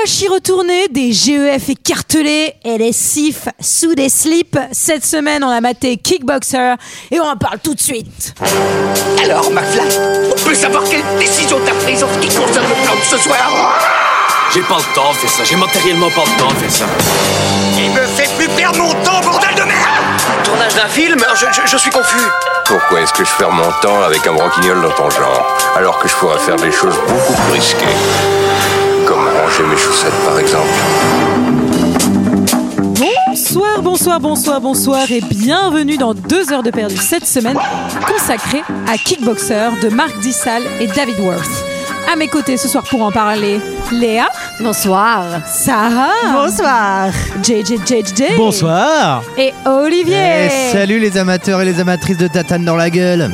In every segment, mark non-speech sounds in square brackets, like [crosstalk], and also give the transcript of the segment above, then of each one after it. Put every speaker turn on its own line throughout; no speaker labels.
Washi retourné, des GEF écartelés et des sifs sous des slips. Cette semaine, on a maté Kickboxer et on en parle tout de suite.
Alors, McFly, on peut savoir quelle décision t'as prise en ce qui concerne le plan de ce soir
J'ai pas le temps de faire ça, j'ai matériellement pas le temps de faire ça.
Il me fait plus perdre mon temps, bordel de merde
Tournage d'un film je, je- je suis confus.
Pourquoi est-ce que je perds mon temps avec un broquignol dans ton genre, alors que je pourrais faire des choses beaucoup plus risquées Comme ranger mes chaussettes, par exemple.
Bonsoir, bonsoir, bonsoir, bonsoir et bienvenue dans 2 heures de perdu cette semaine consacrée à Kickboxer de Marc Dissal et David Worth. À mes côtés ce soir pour en parler, Léa,
Bonsoir.
Sarah,
Bonsoir.
JJJJ
Bonsoir
et Olivier.
Eh, Salut les amateurs et les amatrices de tatane dans la gueule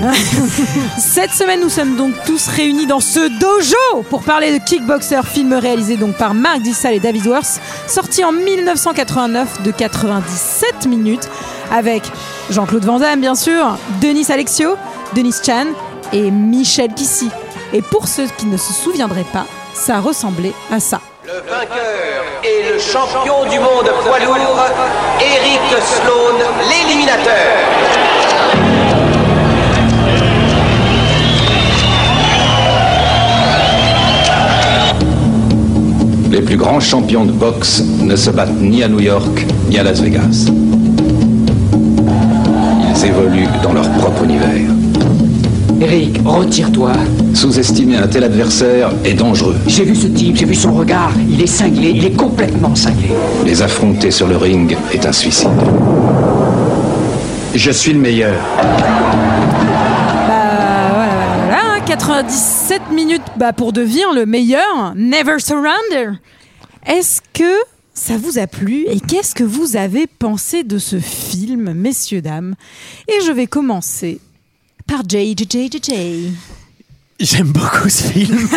Cette semaine, nous sommes donc tous réunis dans ce dojo pour parler de Kickboxer, film réalisé donc par Marc Dissal et David Worth, sorti en 1989 de 97 minutes, avec Jean-Claude Van Damme bien sûr, Denis Alexio, Denis Chan et Michel Kissy. Et pour ceux qui ne se souviendraient pas, ça ressemblait à ça.
et le champion du monde poids lourd, Eric Sloan, l'éliminateur.
Les plus grands champions de boxe ne se battent ni à New York ni à Las Vegas. Ils évoluent dans leur propre univers.
Eric, retire-toi.
Sous-estimer un tel adversaire est dangereux.
J'ai vu ce type, j'ai vu son regard. Il est cinglé, il est complètement cinglé.
Les affronter sur le ring est un suicide. Je suis le meilleur.
Bah, voilà, voilà, voilà. 97 minutes bah, pour devenir le meilleur. Never surrender. Est-ce que ça vous a plu et qu'est-ce que vous avez pensé de ce film, messieurs, dames Et je vais commencer par JJJJJ.
[laughs] J'aime beaucoup ce [laughs] film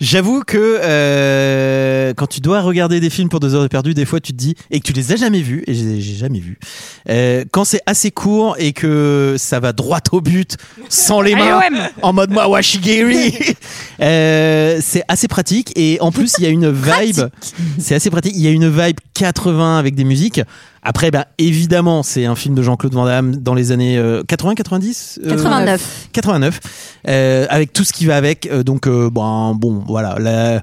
J'avoue que euh, quand tu dois regarder des films pour deux heures de perdu, des fois tu te dis et que tu les as jamais vus et j'ai j'ai jamais vu. euh, quand c'est assez court et que ça va droit au but sans
Ah
les mains,
AOM.
[laughs] en mode
[laughs]
moi washigiri, euh, c'est assez pratique et en plus il y
[laughs]
a une vibe. C'est assez pratique. Il y a une vibe 80 avec des musiques. Après, bah, évidemment, c'est un film de Jean-Claude Van Damme dans les années euh, 80-90
89.
89 euh, avec tout ce qui va avec euh, donc euh, bon bon voilà la-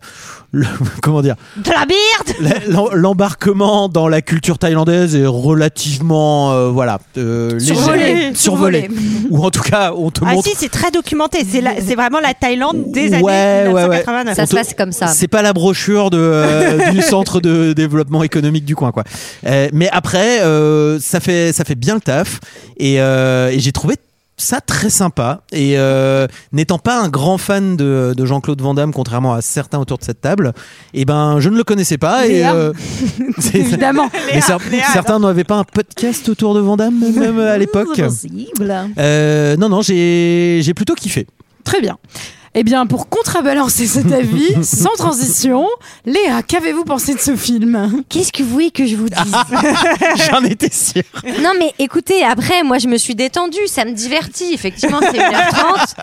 le- [laughs] comment dire
De la merde
la- l'em- l'embarquement dans la culture thaïlandaise est relativement euh, voilà euh, léger.
Survolé.
survolé ou en tout cas on te
Ah
montre
si, c'est très documenté. C'est la- c'est vraiment
[laughs]
la Thaïlande des années
Ouais, ouais, ouais.
1989.
Ça
On
se
te-
passe comme ça.
C'est pas la brochure de, euh, du centre de développement économique du coin, quoi. Euh, mais après, euh, ça fait ça fait bien le taf et, euh, et j'ai trouvé ça très sympa et euh, n'étant pas un grand fan de, de Jean-Claude Van Damme contrairement à certains autour de cette table et ben je ne le connaissais pas et
Léa.
euh, c'est-
[laughs]
Évidemment.
mais cer- certains n'avaient pas un podcast autour de Van Damme même
[laughs]
à l'époque Euh, non non j'ai j'ai plutôt kiffé
Très bien. Eh bien, pour contrebalancer cet
[laughs]
avis, sans transition, Léa, qu'avez-vous pensé de ce film
Qu'est-ce que vous voulez que je vous dise
j'en étais sûr
Non mais écoutez, après moi je me suis détendue, ça me divertit. Effectivement, c'est 1h30.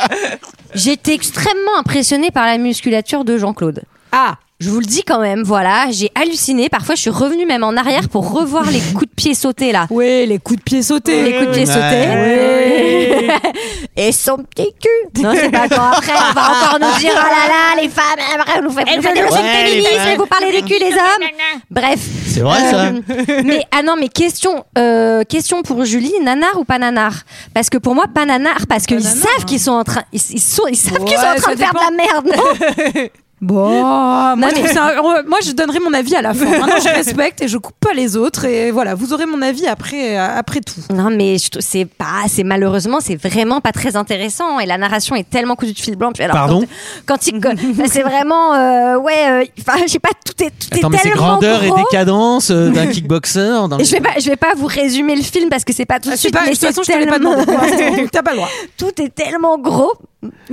J'étais extrêmement impressionnée par la musculature de Jean-Claude.
Ah,
Je vous le dis quand même, voilà, j'ai halluciné. Parfois, je suis revenue même en arrière pour revoir les coups de pied sautés là.
oui, les coups de pied sautés.
Les coups de pied
Ouais.
sautés. Et son petit cul. Non, c'est pas quand après, on va encore nous dire oh là là, les femmes, après, on nous fait vous faites des leçons de
Ouais, les
féminisme
femmes.
et vous parlez du cul, les hommes. Bref.
c'est vrai ça
Euh, mais ah non, mais question, euh, question pour Julie, nanar ou pas nanar Parce que pour moi, pas nanar, parce qu'ils
nanar, hein.
savent qu'ils sont en train, ils, ils sont, ils savent qu'ils sont
Ouais,
en
ça Oh
train de faire de la merde.
Bon, moi,
Non,
je
mais-
trouve ça- euh, moi, je donnerai mon avis à la fin. Maintenant, je respecte et je coupe pas les autres. Et voilà, vous aurez mon avis après, euh, après tout.
Non, mais je trou- c'est pas, c'est malheureusement, c'est vraiment pas très intéressant. hein, Et la narration est tellement cousue de fil blanc. Puis alors,
Pardon
Quand, quand il, co- bah, c'est vraiment, euh, ouais, euh, enfin, je sais pas, tout est, tout
Attends,
est
mais c'est
tellement
grandeur
gros.
et décadence euh,
[laughs]
d'un kickboxer. dans le-
Je vais pas, je vais pas vous résumer le film parce que c'est pas tout de
Ah, Je sais
suite.
pas, de
Ah, mais
toute façon,
c'est
je te l'ai pas demandé.
tellement-
T'as pas le droit.
tout est tellement gros.
[laughs]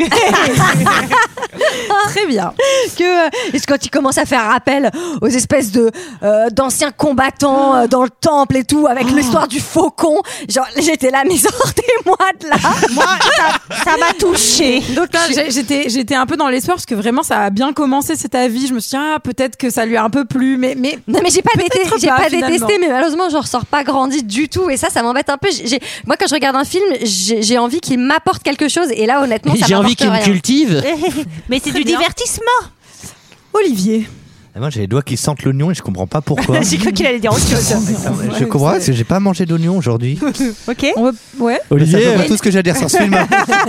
Très bien.
que euh, et c'est quand il commence à faire appel aux espèces de euh, d'anciens combattants euh, dans le temple et tout avec l'histoire du faucon genre j'étais là mais [laughs] sortez-moi de là
Moi, ça- ça m'a touché.
Donc là, j'ai- j'étais, j'étais un peu dans l'espoir parce que vraiment, ça a bien commencé cet avis. Je me suis dit, ah, peut-être que ça lui a un peu plu, mais, mais
non mais j'ai pas,
Peut-être
détesté, j'ai
pas,
pas
finalement.
détesté mais malheureusement j'en ressors pas grandi du tout et ça ça m'embête un peu J'ai- j'ai- moi quand je regarde un film j'ai j'ai envie qu'il m'apporte quelque chose et là honnêtement ça
J'ai envie
m'apporte
qu'il
hein.
me
rien
cultive.
Eh. Mais c'est du
bien.
divertissement.
Olivier.
Et Eh, Moi, j'ai les doigts qui sentent l'oignon et je comprends pas pourquoi.
[laughs] J'ai cru qu'il allait dire autre
[laughs]
chose.
je comprends parce que j'ai pas mangé d'oignon aujourd'hui.
ok.
On va- ouais.
C'est à
Olivier,
peu près tout ce que j'ai à dire sur ce [laughs] film.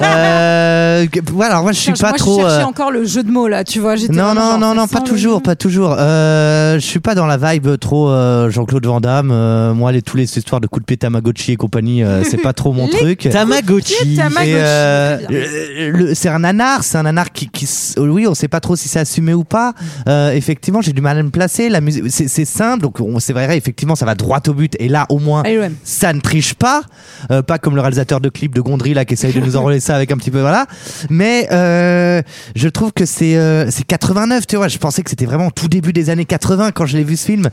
euh, que- voilà, moi je suis
Tiens,
pas
moi,
trop.
Je
euh,
cherchais encore le jeu de mots là, tu vois. j'étais
Non,
vraiment
non,
genre,
non,
ça
non,
sent
pas
le-
toujours, pas toujours. Euh, je suis pas dans la vibe trop euh, Jean-Claude Van Damme. Euh, moi, les, tous les ces histoires de coups de pied Tamagotchi et compagnie, euh, c'est pas trop mon
Les
truc.
Tamagotchi.
Tamagotchi,
Et, euh,
très bien.
euh, le- c'est un nanar, c'est un nanar qui, qui s- oui, on sait pas trop si c'est assumé ou pas. Euh, effectivement, j'ai du mal à me placer. La musique, c'est, c'est simple, donc on, c'est vrai, effectivement, ça va droit au but. Et là, au moins,
Allez, Loem.
ça ne triche pas, Euh, pas comme le réalisateur de clip de Gondry là qui essaye de nous enrôler ça avec un petit peu voilà. Mais euh, je trouve que c'est euh, c'est 89, tu vois. Je pensais que c'était vraiment tout début des années 80 quand je l'ai vu ce film.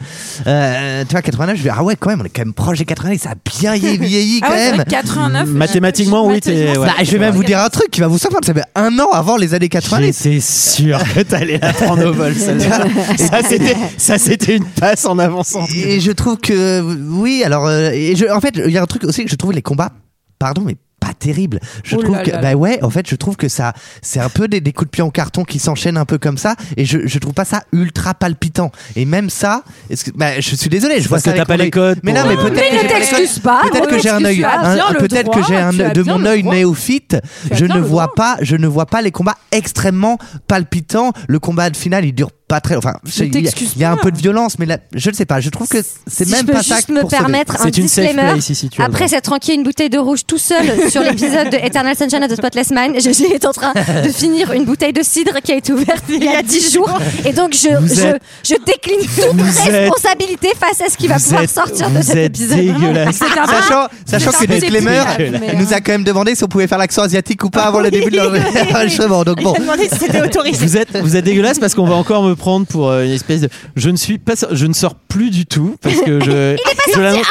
Euh, tu vois 89, je vais ah ouais quand même on est quand même proche des 80, ça a
[laughs]
bien vieilli- vieilli quand
Ah ouais, c'est
même.
vrai que 89.
Mathématiquement, oui, t'es-
mathématiquement,
ouais.
Bah,
c'est-
je vais même vous dire un truc qui va vous surprendre, ça fait un an avant les années 90.
J'étais sûr que t'allais la prendre au vol,
[laughs]
celle-là. ça, c'était, ça, c'était une passe en avançant.
Et je trouve que oui, alors euh, et je, en fait, il y a un truc aussi que je trouve les combats, pardon, mais pas terribles Je
Oh
trouve
là
que
là
bah ouais, en fait, je trouve que ça c'est un peu des, des coups de pied en carton qui s'enchaînent un peu comme ça et je je trouve pas ça ultra palpitant. Et même ça, est-ce que bah je suis désolé, je vois
parce
ça
que t'as
avec
pas
mon
les
œil.
codes
Mais
pour- euh,
non, mais
Non,
peut-être
mais
que
ne
j'ai pas les codes.
t'excuse pas
Peut-être que j'ai un
tu
œil,
as
un-
bien
un-
le
peut-être
droit,
que j'ai un
tu as
œil- de
bien
mon
le
œil
droit.
néophyte,
as
je
bien
ne
le
vois
droit.
pas, je ne vois pas les combats extrêmement palpitants. Le combat final, il dure pas très, enfin, c'est- il y, a-
t'excuses
il y a un
pas.
peu de violence, mais là, je ne sais pas. Je trouve que c'est
Si
même
je peux
pas ça
juste me
pour sauver.
permettre un
C'est une safe
disclaimer
place ici, tu vas
après
voir.
s'être tranquille une bouteille de rouge tout seul sur l'épisode de Eternal Sunshine of the Spotless Mind Gégé est en train de finir une bouteille de cidre qui a été ouverte il y a 10 jours et donc je,
Vous
je,
êtes-
je décline toute
Vous êtes-
responsabilité face à ce qui va
Vous
pouvoir
êtes-
sortir de
vous
cet
êtes
épisode
dégueulasse.
C'était
Ah bah,
un peu-
Sachant, sachant
c'est
que
un peu
Disclaimer
déprimant, mais,
hein.
nous a quand même demandé si on pouvait faire l'accent asiatique ou pas avant le début de
[laughs]
l'enregistrement. Donc bon,
Il a demandé si c'était autorisé.
Vous êtes, vous êtes dégueulasse parce qu'on va encore me prendre pour euh, une espèce de. Je ne suis pas, je ne sors plus du tout parce que je. je l'annonce-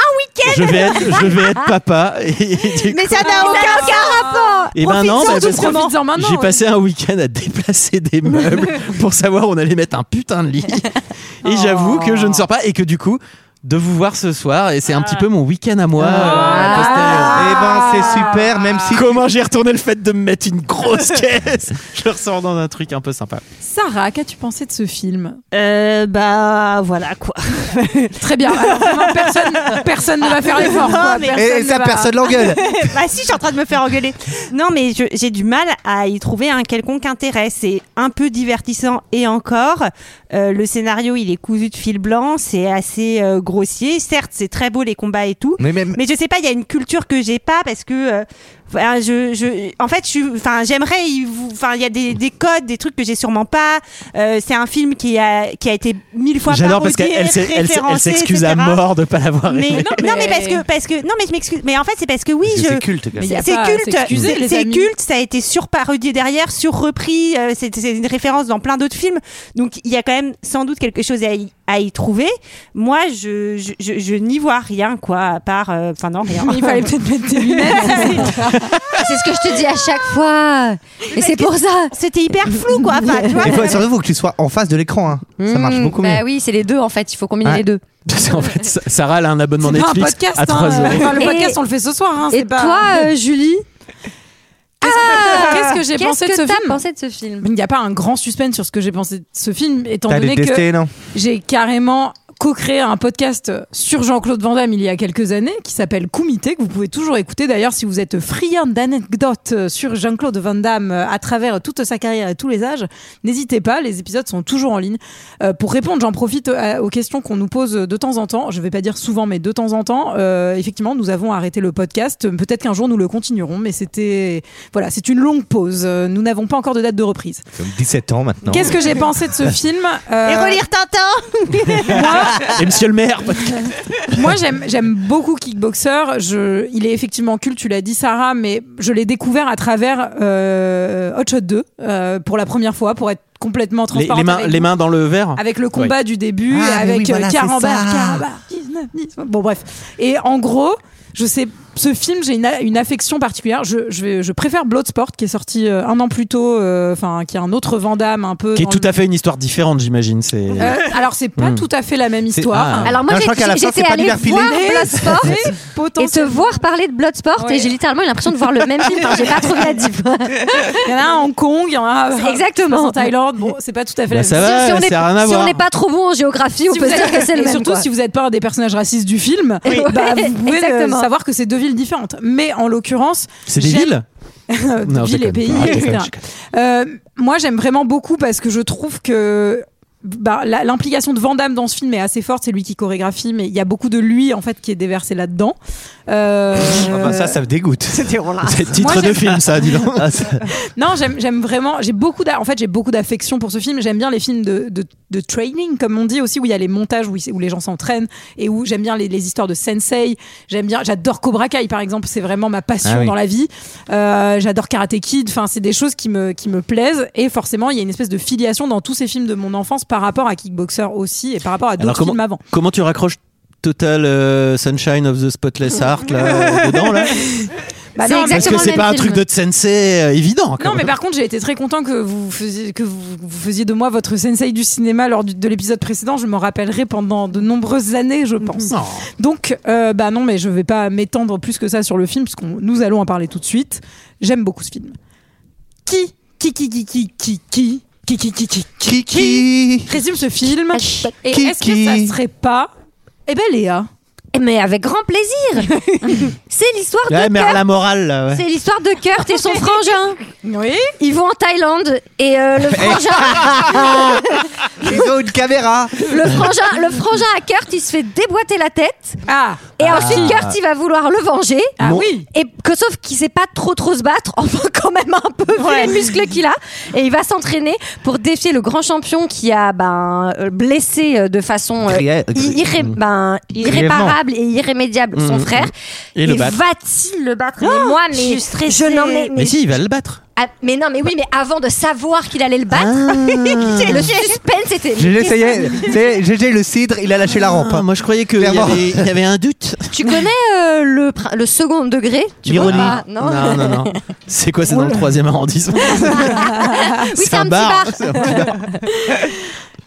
Je vais être, je vais être papa. Et, et du
Ah. Mais ça n'a aucun
coup- eh ben non,
Profites-en
bah,
tout,
parce que
profites-en maintenant,
j'ai
ouais.
passé un week-end à déplacer des meubles pour savoir où on allait mettre un putain de lit. Et j'avoue que je ne sors pas et que du coup, de vous voir ce soir, et c'est un petit peu mon week-end à moi. euh, à posteriori.
eh ben c'est super, même si.
Comment j'ai retourné le fait de me mettre une grosse caisse Je le ressors dans un truc un peu sympa.
Sarah, qu'as-tu pensé de ce film
Euh, bah voilà quoi.
Très bien. Alors, vraiment, personne, personne ne va faire l'effort. quoi.
mais-
Et, et
ne
ça,
va-
personne l'engueule.
bah si, je suis en train de me faire engueuler. Non, mais je- j'ai du mal à y trouver un quelconque intérêt. C'est un peu divertissant et encore. Euh, le scénario, il est cousu de fil blanc, c'est assez euh, grossier. Certes, c'est très beau les combats et tout.
Mais même.
Mais je sais pas, il y a une culture que j'ai pas parce que, euh, enfin, je, je, en fait, je, suis- enfin, j'aimerais, y vous- enfin, il y a des, des codes, des trucs que j'ai sûrement pas. Euh, c'est un film qui a, qui a été mille fois
J'adore parce
parodié,
qu'elle s'est- elle s'est- elle
référencé,
s'excuse à
etc.
mort de pas l'avoir
Mais,
aimé.
non, mais... parce que, parce que, non, mais je m'excuse. Mais en fait, c'est parce que oui,
Parce que
je,
C'est culte. quand même.
Mais y a
c'est
pas à
culte,
s'excuser,
c'est-
les
c'est
amis.
culte, ça a été surparodié derrière, surrepris, euh, c'est c'est une référence dans plein d'autres films. Donc il y a quand même sans doute quelque chose à y, à y trouver. Moi, je, je, je, je n'y vois rien, quoi, à part. euh, Enfin, non, rien.
Mais il
[laughs]
fallait peut-être mettre des lunettes.
c'est ce que je te dis à chaque fois et c'est pour ça
C'était hyper flou, quoi. Enfin, tu vois,
Il faut surtout faut que tu sois en face de l'écran. hein. Ça marche
Hmm,
Mmh,
beaucoup
bah
mieux.
oui c'est les deux en fait il faut combiner
Ouais.
les deux
[laughs]
en fait, Sa- Sarah, elle a un abonnement
C'est pas un
Netflix
podcast.
à
hein.
3 euros.
Enfin, le
Et-
podcast, on le fait ce soir. hein,
et
c'est pas-
toi euh, Julie
Qu'est-ce que j'ai pensé de
que
ce
t'as
film
pensé de ce film
Il n'y a pas un grand suspense sur ce que j'ai pensé de ce film, étant
T'as
donné que
détesté, non
j'ai carrément co-créé un podcast sur Jean-Claude Van Damme il y a quelques années qui s'appelle Comité, que vous pouvez toujours écouter d'ailleurs si vous êtes friand d'anecdotes sur Jean-Claude Van Damme euh, à travers toute sa carrière et tous les âges. N'hésitez pas, les épisodes sont toujours en ligne. Euh, pour répondre, j'en profite euh, aux questions qu'on nous pose de temps en temps. Je ne vais pas dire souvent, mais de temps en temps. Euh, effectivement, nous avons arrêté le podcast. Peut-être qu'un jour nous le continuerons, mais c'était voilà, c'est une longue pause. Euh, Nous n'avons pas encore de date de reprise.
Comme 17 ans maintenant.
Qu'est-ce que j'ai pensé de ce film Euh,
Et relire Tintin
moi,
Et monsieur le maire,
Euh,
parce que-
Moi, j'aime, j'aime beaucoup Kickboxer. Je, il est effectivement culte, tu l'as dit, Sarah, mais je l'ai découvert à travers euh, Hot Shot 2 euh, pour la première fois, pour être complètement
les,
transparent.
les mains,
avec
les
vous.
mains dans le verre.
Avec le combat
Ouais.
du début,
Ah, mais
avec
oui, voilà,
euh,
c'est
Carambar,
ça.
Carambar, 19, 19, Bon, bref. Et en gros, je sais, ce film, j'ai une, a- une affection particulière. Je, je, vais- je préfère Bloodsport, qui est sorti euh, un an plus tôt, euh, enfin, qui est un autre Vandame un peu.
Qui est
dans
tout
le-
à fait une histoire différente, j'imagine. C'est.
[laughs] Euh, alors, c'est pas
Mm.
tout à fait la même
C'est-
histoire.
ah.
Alors moi,
Non, je
j'ai-
crois qu'à la fin,
j'étais
c'est pas
allée
l'hiver filé.
voir
Mais-
Bloodsport
Mais
et te
potentiellement-
voir parler de Bloodsport
Ouais.
et j'ai littéralement eu l'impression de voir le même film. Enfin, j'ai pas trouvé la diff.
Il y en a un à Hong Kong, il y en a un
Exactement.
en Thaïlande. Bon, c'est pas tout à fait la
Bah,
même
ça
chose.
va,
si on
ça
est-
a rien à
si on
voir.
n'est pas trop bon en géographie, on
Si
peut
vous
se dire
êtes-
que c'est le
et
même.
surtout
quoi.
si vous n'êtes pas un des personnages racistes du film, bah, vous
[laughs]
pouvez euh,
Exactement.
savoir que c'est deux villes différentes. Mais en l'occurrence,
C'est des
j'aime- [laughs]
villes.
euh,
Non, je
villes et pays,
déconne. Ah, je
etc.
déconne, je déconne.
Euh, moi, j'aime vraiment beaucoup parce que je trouve que bah, la- l'implication de Van Damme dans ce film est assez forte. C'est lui qui chorégraphie, mais il y a beaucoup de lui en fait qui est déversé là-dedans. Euh,
Ah bah ça, ça
[laughs]
me dégoûte. C'était
C'est le titre
Moi,
de
j'aime-
film, Ah, ça, dis donc.
Non, j'aime j'aime vraiment. J'ai beaucoup d'a- en fait j'ai beaucoup d'affection pour ce film. J'aime bien les films de, de, de training comme on dit aussi où il y a les montages où, ils- où les gens s'entraînent et où j'aime bien les, les histoires de sensei. J'aime bien. J'adore Cobra Kai par exemple. C'est vraiment ma passion
Ah oui.
dans la vie. Euh, j'adore Karate Kid. Enfin c'est des choses qui me qui me plaisent et forcément il y a une espèce de filiation dans tous ces films de mon enfance par rapport à Kickboxer aussi et par rapport à
Alors,
d'autres
comment-
films avant.
Comment tu raccroches Total euh, Sunshine of the Spotless
[laughs]
Heart là dedans là
Bah
C'est
non, mais-
Parce que
Exactement
c'est
le
pas un
même
truc
film.
de sensei euh, évident. quand
Non, mais
même.
par contre, j'ai été très content que vous faisiez, que vous, vous faisiez de moi votre sensei du cinéma lors du- de l'épisode précédent. Je m'en rappellerai pendant de nombreuses années, je pense.
Non.
Donc, euh, bah non, mais je vais pas m'étendre plus que ça sur le film, puisque nous allons en parler tout de suite. J'aime beaucoup ce film. Qui Qui Qui Qui Qui Qui Qui Qui Qui Qui Qui Qui Qui
Kiki
résume ce film
Hashtag
Et
Qui
est-ce que
Qui
ça serait pas. Eh ben Léa
Mais avec grand
[laughs]
plaisir. c'est l'histoire de
Ouais, mais à
Kurt.
la morale là, ouais.
C'est l'histoire de Kurt
[laughs]
et son frangin.
Oui
Ils vont en Thaïlande et
[laughs]
euh, le frangin,
Ils ont une caméra.
le frangin, le frangin à Kurt, il se fait déboîter la tête
Ah
et ensuite Kurt, il va vouloir le venger.
Ah oui
Et que sauf qu'il sait pas trop trop se battre, [laughs] enfin quand même un peu vu
Ouais.
les muscles qu'il a, et il va s'entraîner pour défier le grand champion qui a ben euh, blessé euh, de façon euh,
Gré-
i- irré-
Mmh.
ben, irréparable et irrémédiable son frère.
Et le battre.
va-t-il le battre Mais moi, mais je, n'en ai.
Mais si, il va le battre. Ah.
Ah, mais non, mais oui, mais avant de savoir qu'il allait le battre, Ah, [laughs] le suspense était.
J'ai essayé. C'est GG le cidre, il a lâché la rampe.
Ah, moi je croyais qu'il y,
Clairement.
avait- il y avait un doute.
Tu connais euh, le, pr- le second degré Tu vois
L'ironie.
pas Non.
non, non, non. C'est quoi, c'est dans le troisième arrondissement
Oui, c'est un, petit
bar.
bar.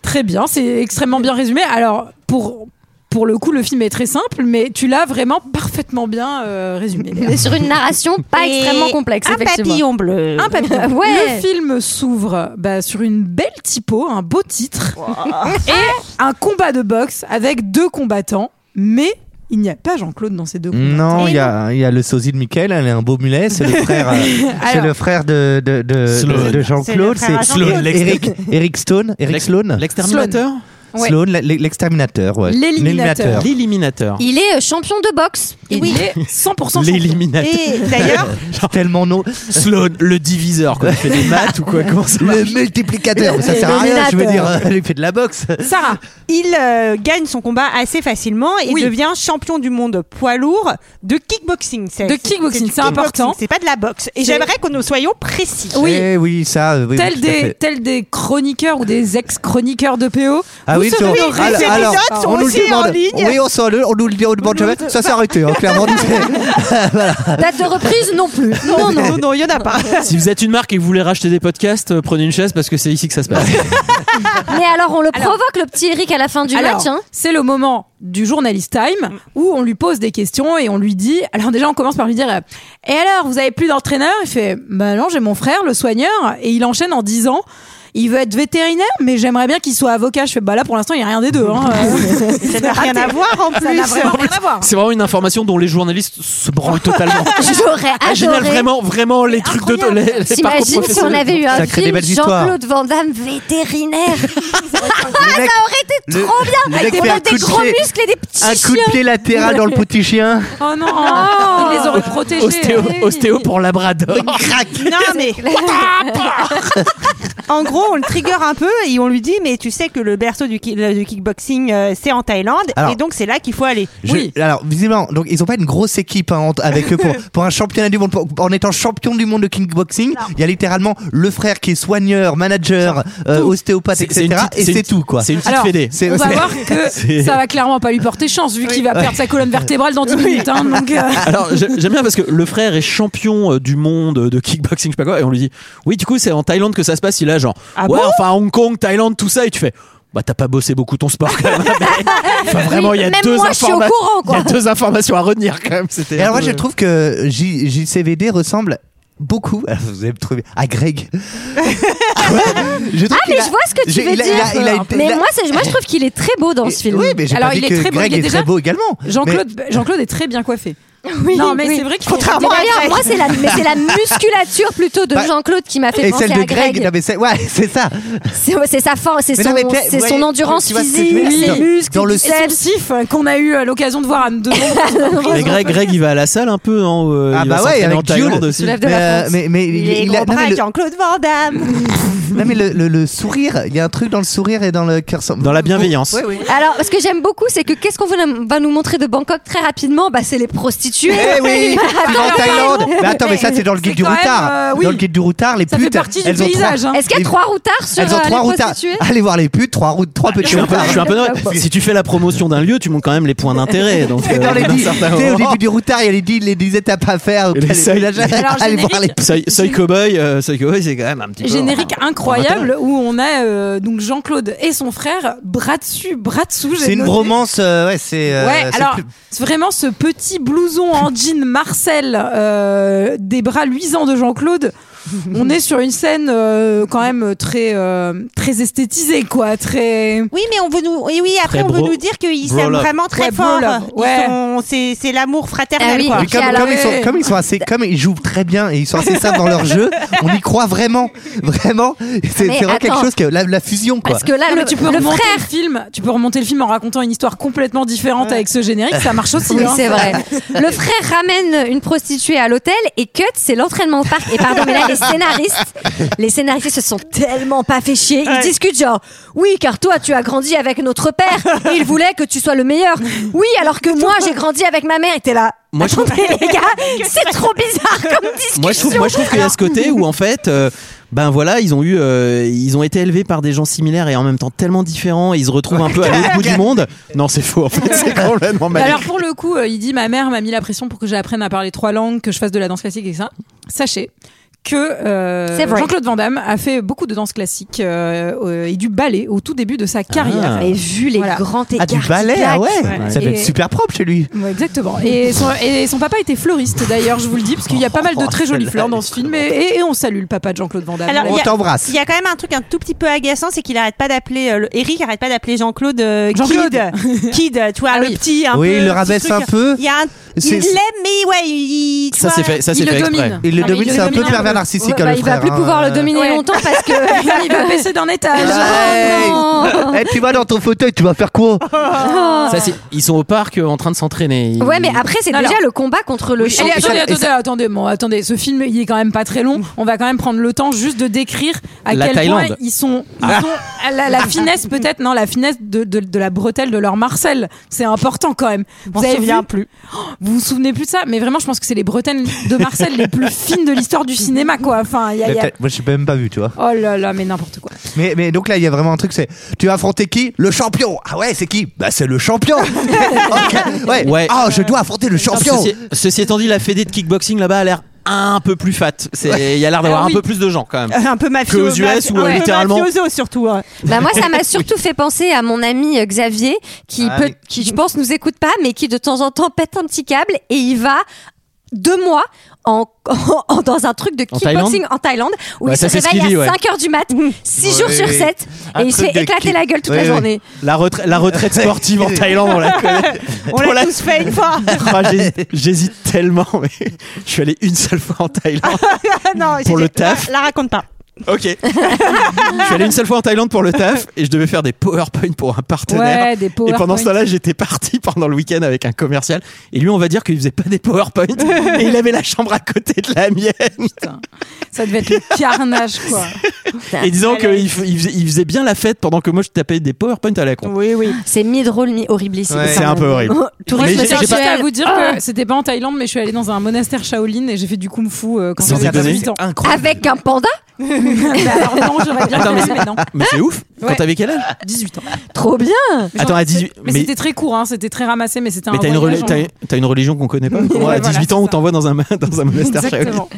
Très bien, c'est extrêmement bien résumé. Alors, pour, pour le coup, le film est très simple, mais tu l'as vraiment parfaitement bien euh, résumé. Léa.
Mais sur une narration pas
Et
extrêmement complexe.
Un
effectivement.
papillon bleu.
[laughs] Un papier.
Ouais.
Le film s'ouvre bah, sur une belle typo, un beau titre, et un combat de boxe avec deux combattants, mais il n'y a pas Jean-Claude dans ces deux combattants.
[laughs] Non, il y a, il y a le sosie de Michael, elle est un beau mulet, c'est le frère, euh, c'est
Alors.
le frère de, de, de-
Sloan.
de- de Jean-Claude,
C'est le frère à Jean-Claude.
Eric, Eric, Stone, Eric Sloan,
L'exterminateur
Ouais.
Sloan, la- la- l'exterminateur, ouais.
L'éliminateur.
L'éliminateur.
Il est euh, champion de boxe.
Il est 100% champion.
L'éliminateur.
[laughs]
Et d'ailleurs,
Tellement non.
Sloan, le diviseur, quoi. Il fait des maths ou quoi Comment ça
Le multiplicateur, mais ça sert à rien, je veux dire, euh, il fait de la boxe.
Sarah,
il euh, gagne son combat assez facilement et
Oui.
devient champion du monde poids lourd de kickboxing. C'est-
De
c'est-
kickboxing,
du
c'est important.
C'est pas de la boxe. Et
C'est-
j'aimerais que nous soyons précis.
[laughs] Oui.
Eh oui, ça. euh, oui,
tel
oui, tout à
des,
fait.
tel des chroniqueurs ou des ex-chroniqueurs de PO,
Ah
vous
oui,
serez
sont-
honorés.
alors-
C'est-
alors- épisodes sont
on nous le
aussi en
demande.
ligne.
Oui, on, s'en- on nous le dit, on demande jamais. Ça s'est arrêté, hein, clairement.
Date de reprise non plus.
[laughs]
Non, non, non, il y en a [laughs] pas.
Si vous êtes une marque et que vous voulez racheter des podcasts, euh, prenez une chaise parce que c'est ici que ça
[laughs]
se passe.
Mais alors on le provoque le petit Eric à la fin du
Alors,
match. hein.
C'est le moment du journalist time où on lui pose des questions et on lui dit. Alors déjà, on commence par lui dire euh, Et alors, vous avez plus d'entraîneur Il fait Bah non, j'ai mon frère, le soigneur. Et il enchaîne en disant Il veut être vétérinaire, mais j'aimerais bien qu'il soit avocat. Je fais Bah là, pour l'instant, il n'y a rien des deux.
[laughs]
hein. Euh,
Ça n'a rien à voir en
Ça
plus.
n'a vraiment rien à voir.
C'est vraiment une information dont les journalistes se branlent totalement.
J'aurais
Ah, génial,
adoré.
vraiment, vraiment les trucs de.
incroyable.
Les, les parcours
T'imagines si on
professionnels.
avait eu un
Ça crée des
film
belles histoires.
Jean-Claude Van
[laughs]
Damme vétérinaire. Ah,
Le mec-
Arrêtez
le-
trop bien.
le mec
Avec des,
fait un
des
coup de
gros
pied.
muscles et des petits
Un coup de pied latéral dans le petit chien.
Oh non Il les aurait protégés.
Ostéo,
Oui.
ostéo pour Labrador.
Non, mais. [laughs] en gros, gros, on le trigger un peu et on lui dit mais tu sais que le berceau du, ki- du kickboxing euh, c'est en Thaïlande
Alors-
et donc c'est là qu'il faut aller.
Je- Alors, visiblement, donc ils ont pas une grosse équipe hein, en- avec eux pour, pour un championnat du monde. Pour- en étant champion du monde de kickboxing, il y a littéralement le frère qui est soigneur, manager, euh, ostéopathe,
C'est- c'est
etc.
une petite-
et
c'est une
c'est
petite-
tout, quoi.
c'est une petite
Alors, [laughs]
fédé.
C'est-
on va
[laughs] c'est-
voir que
c'est-
ça va clairement pas lui porter chance vu qu'il va perdre sa colonne vertébrale dans 10 minutes. hein, donc, euh,
Alors j'ai- j'aime bien parce que le frère est champion euh, du monde euh, de kickboxing, je sais pas quoi, et on lui dit oui du coup c'est en Thaïlande que ça se passe, il a genre
Ah
ouais
bon
enfin Hong Kong, Thaïlande, tout ça, et tu fais bah t'as pas bossé beaucoup ton sport quand même. Enfin, vraiment il y a
même
deux
moi, je suis au
informa-
courant,
il y
quoi.
a deux informations à retenir quand même. C'était
Et alors,
un
moi,
peu-
je trouve que J- JCVD ressemble beaucoup, [laughs] alors, vous allez me trouver, à Greg. Quoi Je trouve
Ah,
qu'il
mais
a-
je vois ce que tu
je-
veux
il a-
dire.
il a- il a- il
mais
a-
moi, c'est- moi, je trouve qu'il est très beau dans ce film.
Oui, mais [laughs] j'ai
Alors,
pas
il
dit
est
que
très beau,
Greg
il est
est très
déjà-
beau également.
Jean-Claude Jean-Claude est très bien coiffé.
Oui,
non, mais
oui.
c'est vrai qu'il faut-
Mais D'ailleurs, moi, c'est la, mais c'est la musculature plutôt de
Bah,
Jean-Claude qui m'a fait
Et
penser
celle
à
de Greg, non, Ah, mais c'est- ouais, [laughs] c'est ça. Euh,
C'est c'est sa force, c'est
Mais non,
son,
mais t'es-
c'est
ouais,
son endurance
tu vois hein. ce que je veux
physique,
dire
ses
Dans-
muscles,
dans le
ses
Et son
biceps.
sif euh, qu'on a eu euh, l'occasion de voir à nous deux.
[laughs]
Mais Greg, Greg, il va à la salle un peu. Hein, euh,
Ah
il
bah
va
ouais,
s'entraîner
avec
en Thaïlande
Jules.
aussi.
Soulève de
Mais,
la
euh,
France.
mais, mais
Il, est
a-
grand
non, mais
bras
le-
Jean-Claude Van Damme.
Non mais le, le- le sourire, il y a un truc dans le sourire et dans le qui ressemble.
Dans la bienveillance.
Ouais, ouais.
Alors, ce que j'aime beaucoup, c'est que qu'est-ce qu'on va nous- va nous montrer de Bangkok très rapidement Bah, c'est les prostituées.
Eh oui, tu vas en Thaïlande. Mais attends, mais ça c'est dans le guide
C'est
du
quand même,
routard.
euh, oui.
Dans le guide du routard, les
Ça fait
putes.
partie du
elles ont
paysage,
trois-
hein.
[laughs] Est-ce qu'il y a
Ils-
trois routards sur
Elles ont
euh,
trois
les
routards. Ah,
prostituées
Allez voir les putes, trois routes, trois
Ah, Je
petits
suis un peu, je suis un peu
routards.
normal. Si tu fais la promotion d'un lieu, tu montres quand même les
[laughs]
points d'intérêt. Donc,
Et
euh,
dans les
d'un
dix,
certain
tu sais, au
moment.
début du routard, il y a les dix, les dix étapes à faire.
Et les
Allez,
seuils.
Alors,
Allez voir les
générique.
Soy, Soy Cowboy, euh, Soy Cowboy, c'est quand même un petit peu. Ah.
Générique
Ah,
incroyable où on a euh, donc Jean-Claude et son frère bras dessus, bras dessous. j'ai
C'est une
noté.
bromance, euh, ouais, c'est. euh,
ouais,
c'est
alors
plus-
c'est vraiment ce petit blouson en jean Marcel, euh, des bras luisants de
[laughs]
Jean-Claude. On est sur une scène euh, quand même très euh, très esthétisée quoi, très
Oui, mais on veut nous. Oui, oui. Après,
Très
on veut
bro-
nous dire qu'ils
bro
s'aiment
love.
vraiment très
Ouais, bro
fort.
love,
Ils
ouais.
sont- C'est c'est l'amour
Ah
fraternel.
oui.
quoi.
Mais comme,
alors-
comme ils sont,
euh,
comme ils sont assez, comme ils jouent très bien et ils sont assez simples dans
[laughs]
leur jeu, on y croit vraiment, vraiment. C'est
Mais
c'est vraiment quelque
attends.
chose que la, la fusion quoi.
Parce que là,
Non,
le,
mais tu peux
le
remonter
frère.
le film, tu peux remonter le film en racontant une histoire complètement différente avec ce générique, ça marche aussi.
[laughs] Oui,
hein.
c'est vrai. Le frère ramène une prostituée à l'hôtel et Cut, c'est l'entraînement au parc. Et pardon, mais là, les scénaristes, les scénaristes se sont tellement pas fait chier. Ils
Ouais.
discutent genre, oui, car toi, tu as grandi avec notre père et il voulait que tu sois le meilleur. Oui, alors que moi, j'ai grandi avec ma mère et t'es là.
Moi, je trouve-
Attendez, les gars, c'est trop bizarre comme discussion.
Moi je trouve, moi je trouve qu'il y a ce côté où en fait, euh, ben voilà, ils ont eu, euh, ils ont été élevés par des gens similaires et en même temps tellement différents, et ils se retrouvent un peu à l'autre bout du monde. Non, c'est faux en fait, c'est complètement
Mais
mal.
Alors pour le coup, euh, il dit ma mère m'a mis la pression pour que j'apprenne à parler trois langues, que je fasse de la danse classique et ça. Sachez que euh,
C'est vrai.
Jean-Claude Van Damme a fait beaucoup de danse classique euh, euh, et du ballet au tout début de sa carrière.
Ah, Mais vu les
Voilà.
grands écarts.
Ah du ballet,
qu'il y a,
ah ouais.
Ouais.
Ça doit
Et-
être super propre chez lui.
Ouais, exactement. Et son, et son papa était fleuriste d'ailleurs, je vous le dis, parce qu'il y a pas mal
Oh,
de très jolies fleurs dans ce film. Et, et- et on salue le papa de Jean-Claude Van Damme.
Alors,
On
il y a-
t'embrasse.
Il y a quand même un truc un tout petit peu agaçant, c'est qu'il arrête pas d'appeler euh, le- Eric arrête pas d'appeler Jean-Claude euh,
Jean-Claude. Ah
Kid, [laughs] Kid, tu vois le
oui.
petit un
Oui,
peu,
il le
petit
rabaisse
truc.
un peu.
Il y a un- il
C'est-
l'aime mais ouais, il tu
Ça
vois,
c'est fait, ça
il
c'est
le
fait
domine.
exprès.
Il le
Ah, mais
domine,
il
c'est un
le
peu
domine un
pervers
peu.
narcissique
Ouais,
hein,
bah,
le
il va
frère.
plus
hein.
pouvoir le dominer
Ouais.
longtemps
[laughs]
parce que. [laughs]
il va baisser d'un étage.
Hey.
oh,
Eh, tu vas dans ton fauteuil, tu vas faire quoi
Ça, c'est- ils sont au parc euh, en train de s'entraîner. Ils-
Ouais, mais après, c'est
Alors-
déjà le combat contre le
Oui,
champ.
et attendez, attendez, attendez, bon, attendez, ce film il est quand même pas très long. On va quand même prendre le temps juste de décrire à
La
quel
Thaïlande.
point ils sont, ils
Ah.
sont- à la,
[laughs]
la finesse peut-être, non, la finesse de, de- de la bretelle de leur Marcel. C'est important quand même.
On
Vous
se
avez
souvient
vu-
plus.
[gasps] vous vous souvenez plus de ça Mais vraiment, je pense que c'est les bretelles de Marcel les plus fines de l'histoire du cinéma, quoi. Enfin, il y a- il y a-
Moi, je l'ai même pas vu, tu vois.
Oh là là, mais n'importe quoi.
Mais, mais donc là, il y a vraiment un truc, c'est tu vas affronter qui Le champion. Ah ouais, c'est qui Bah c'est le champion. Ok, Ouais.
Ouais.
Ah, je dois affronter le champion.
Ceci, ceci étant dit, la fédé de kickboxing là-bas a l'air un peu plus fat. C'est- Il y a l'air d'avoir
Ah
Alors,
un peu
oui.
plus de gens quand même.
euh, un peu mafieux.
Que aux US,
mafieux-
où, euh,
un peu
littéralement-
mafioso, surtout.
[laughs]
hein.
Bah moi, ça m'a surtout fait penser à mon ami euh, Xavier, qui,
Ah
peut,
oui.
qui je pense nous écoute pas, mais qui de temps en temps pète un petit câble et il va deux mois en, [laughs] en- dans un truc de
En Thaïlande
kickboxing en Thaïlande où
Ouais,
il se
ça, c'est ce
réveille
qu'il dit,
à
ouais.
5h du mat, 6
Ouais,
jours
oui,
sur
oui.
7
Un
et il se
truc
fait
de
éclater
kick.
la gueule toute
Oui,
la
oui.
journée.
La, retra- la retraite
[laughs]
sportive en Thaïlande, on la connaît.
On
Pour la-
l'a tous fait
[laughs]
une fois. [laughs]
Ah, j'hésite- [laughs]
[laughs]
J'hésite tellement. mais je suis allé une seule fois en Thaïlande.
non,
Pour
j'ai-
le taf.
La, la raconte pas.
Ok. je suis allé une seule fois en Thaïlande pour le taf et je devais faire des PowerPoint pour un partenaire.
Ouais, des
et pendant ce
PowerPoint.
temps-là, j'étais parti pendant le week-end avec un commercial. Et lui, on va dire qu'il faisait pas des PowerPoint et il avait la chambre à côté de la mienne.
Ça devait être le carnage,
[laughs]
quoi.
Et
Ah,
disons qu'il f- il faisait, il faisait bien la fête pendant que moi je tapais des PowerPoint à la con.
Oui, oui.
C'est mi drôle, mi horriblissime.
Ouais, c'est un peu horrible.
Moi,
Mais
je me
j'ai-
suis
j'ai pas-
acheté à vous dire
Ah.
que c'était pas en Thaïlande, mais je suis allée dans un monastère Shaolin et j'ai fait du kung fu euh, quand
Sans
j'avais
déconner. Ah,
18 ans. [laughs]
Incroyable.
Avec un panda
Bah alors non, j'aurais bien
Attends,
aimé,
mais-
mais non.
Mais c'est ouf. Quand
Ouais.
t'avais quel âge
18 ans.
Trop bien
Mais
Attends,
genre,
à 18
c'est- Mais,
mais-
c'était très court, hein, c'était très ramassé, mais c'était un
Mais t'as une,
voyage
reli-
en-
t'as- t'as une religion qu'on connaît pas.
Ouais,
Ouais, à
voilà,
18 ans,
c'est
on
ça.
t'envoie dans un, dans un monastère Shaolin.
[laughs]
Exactement.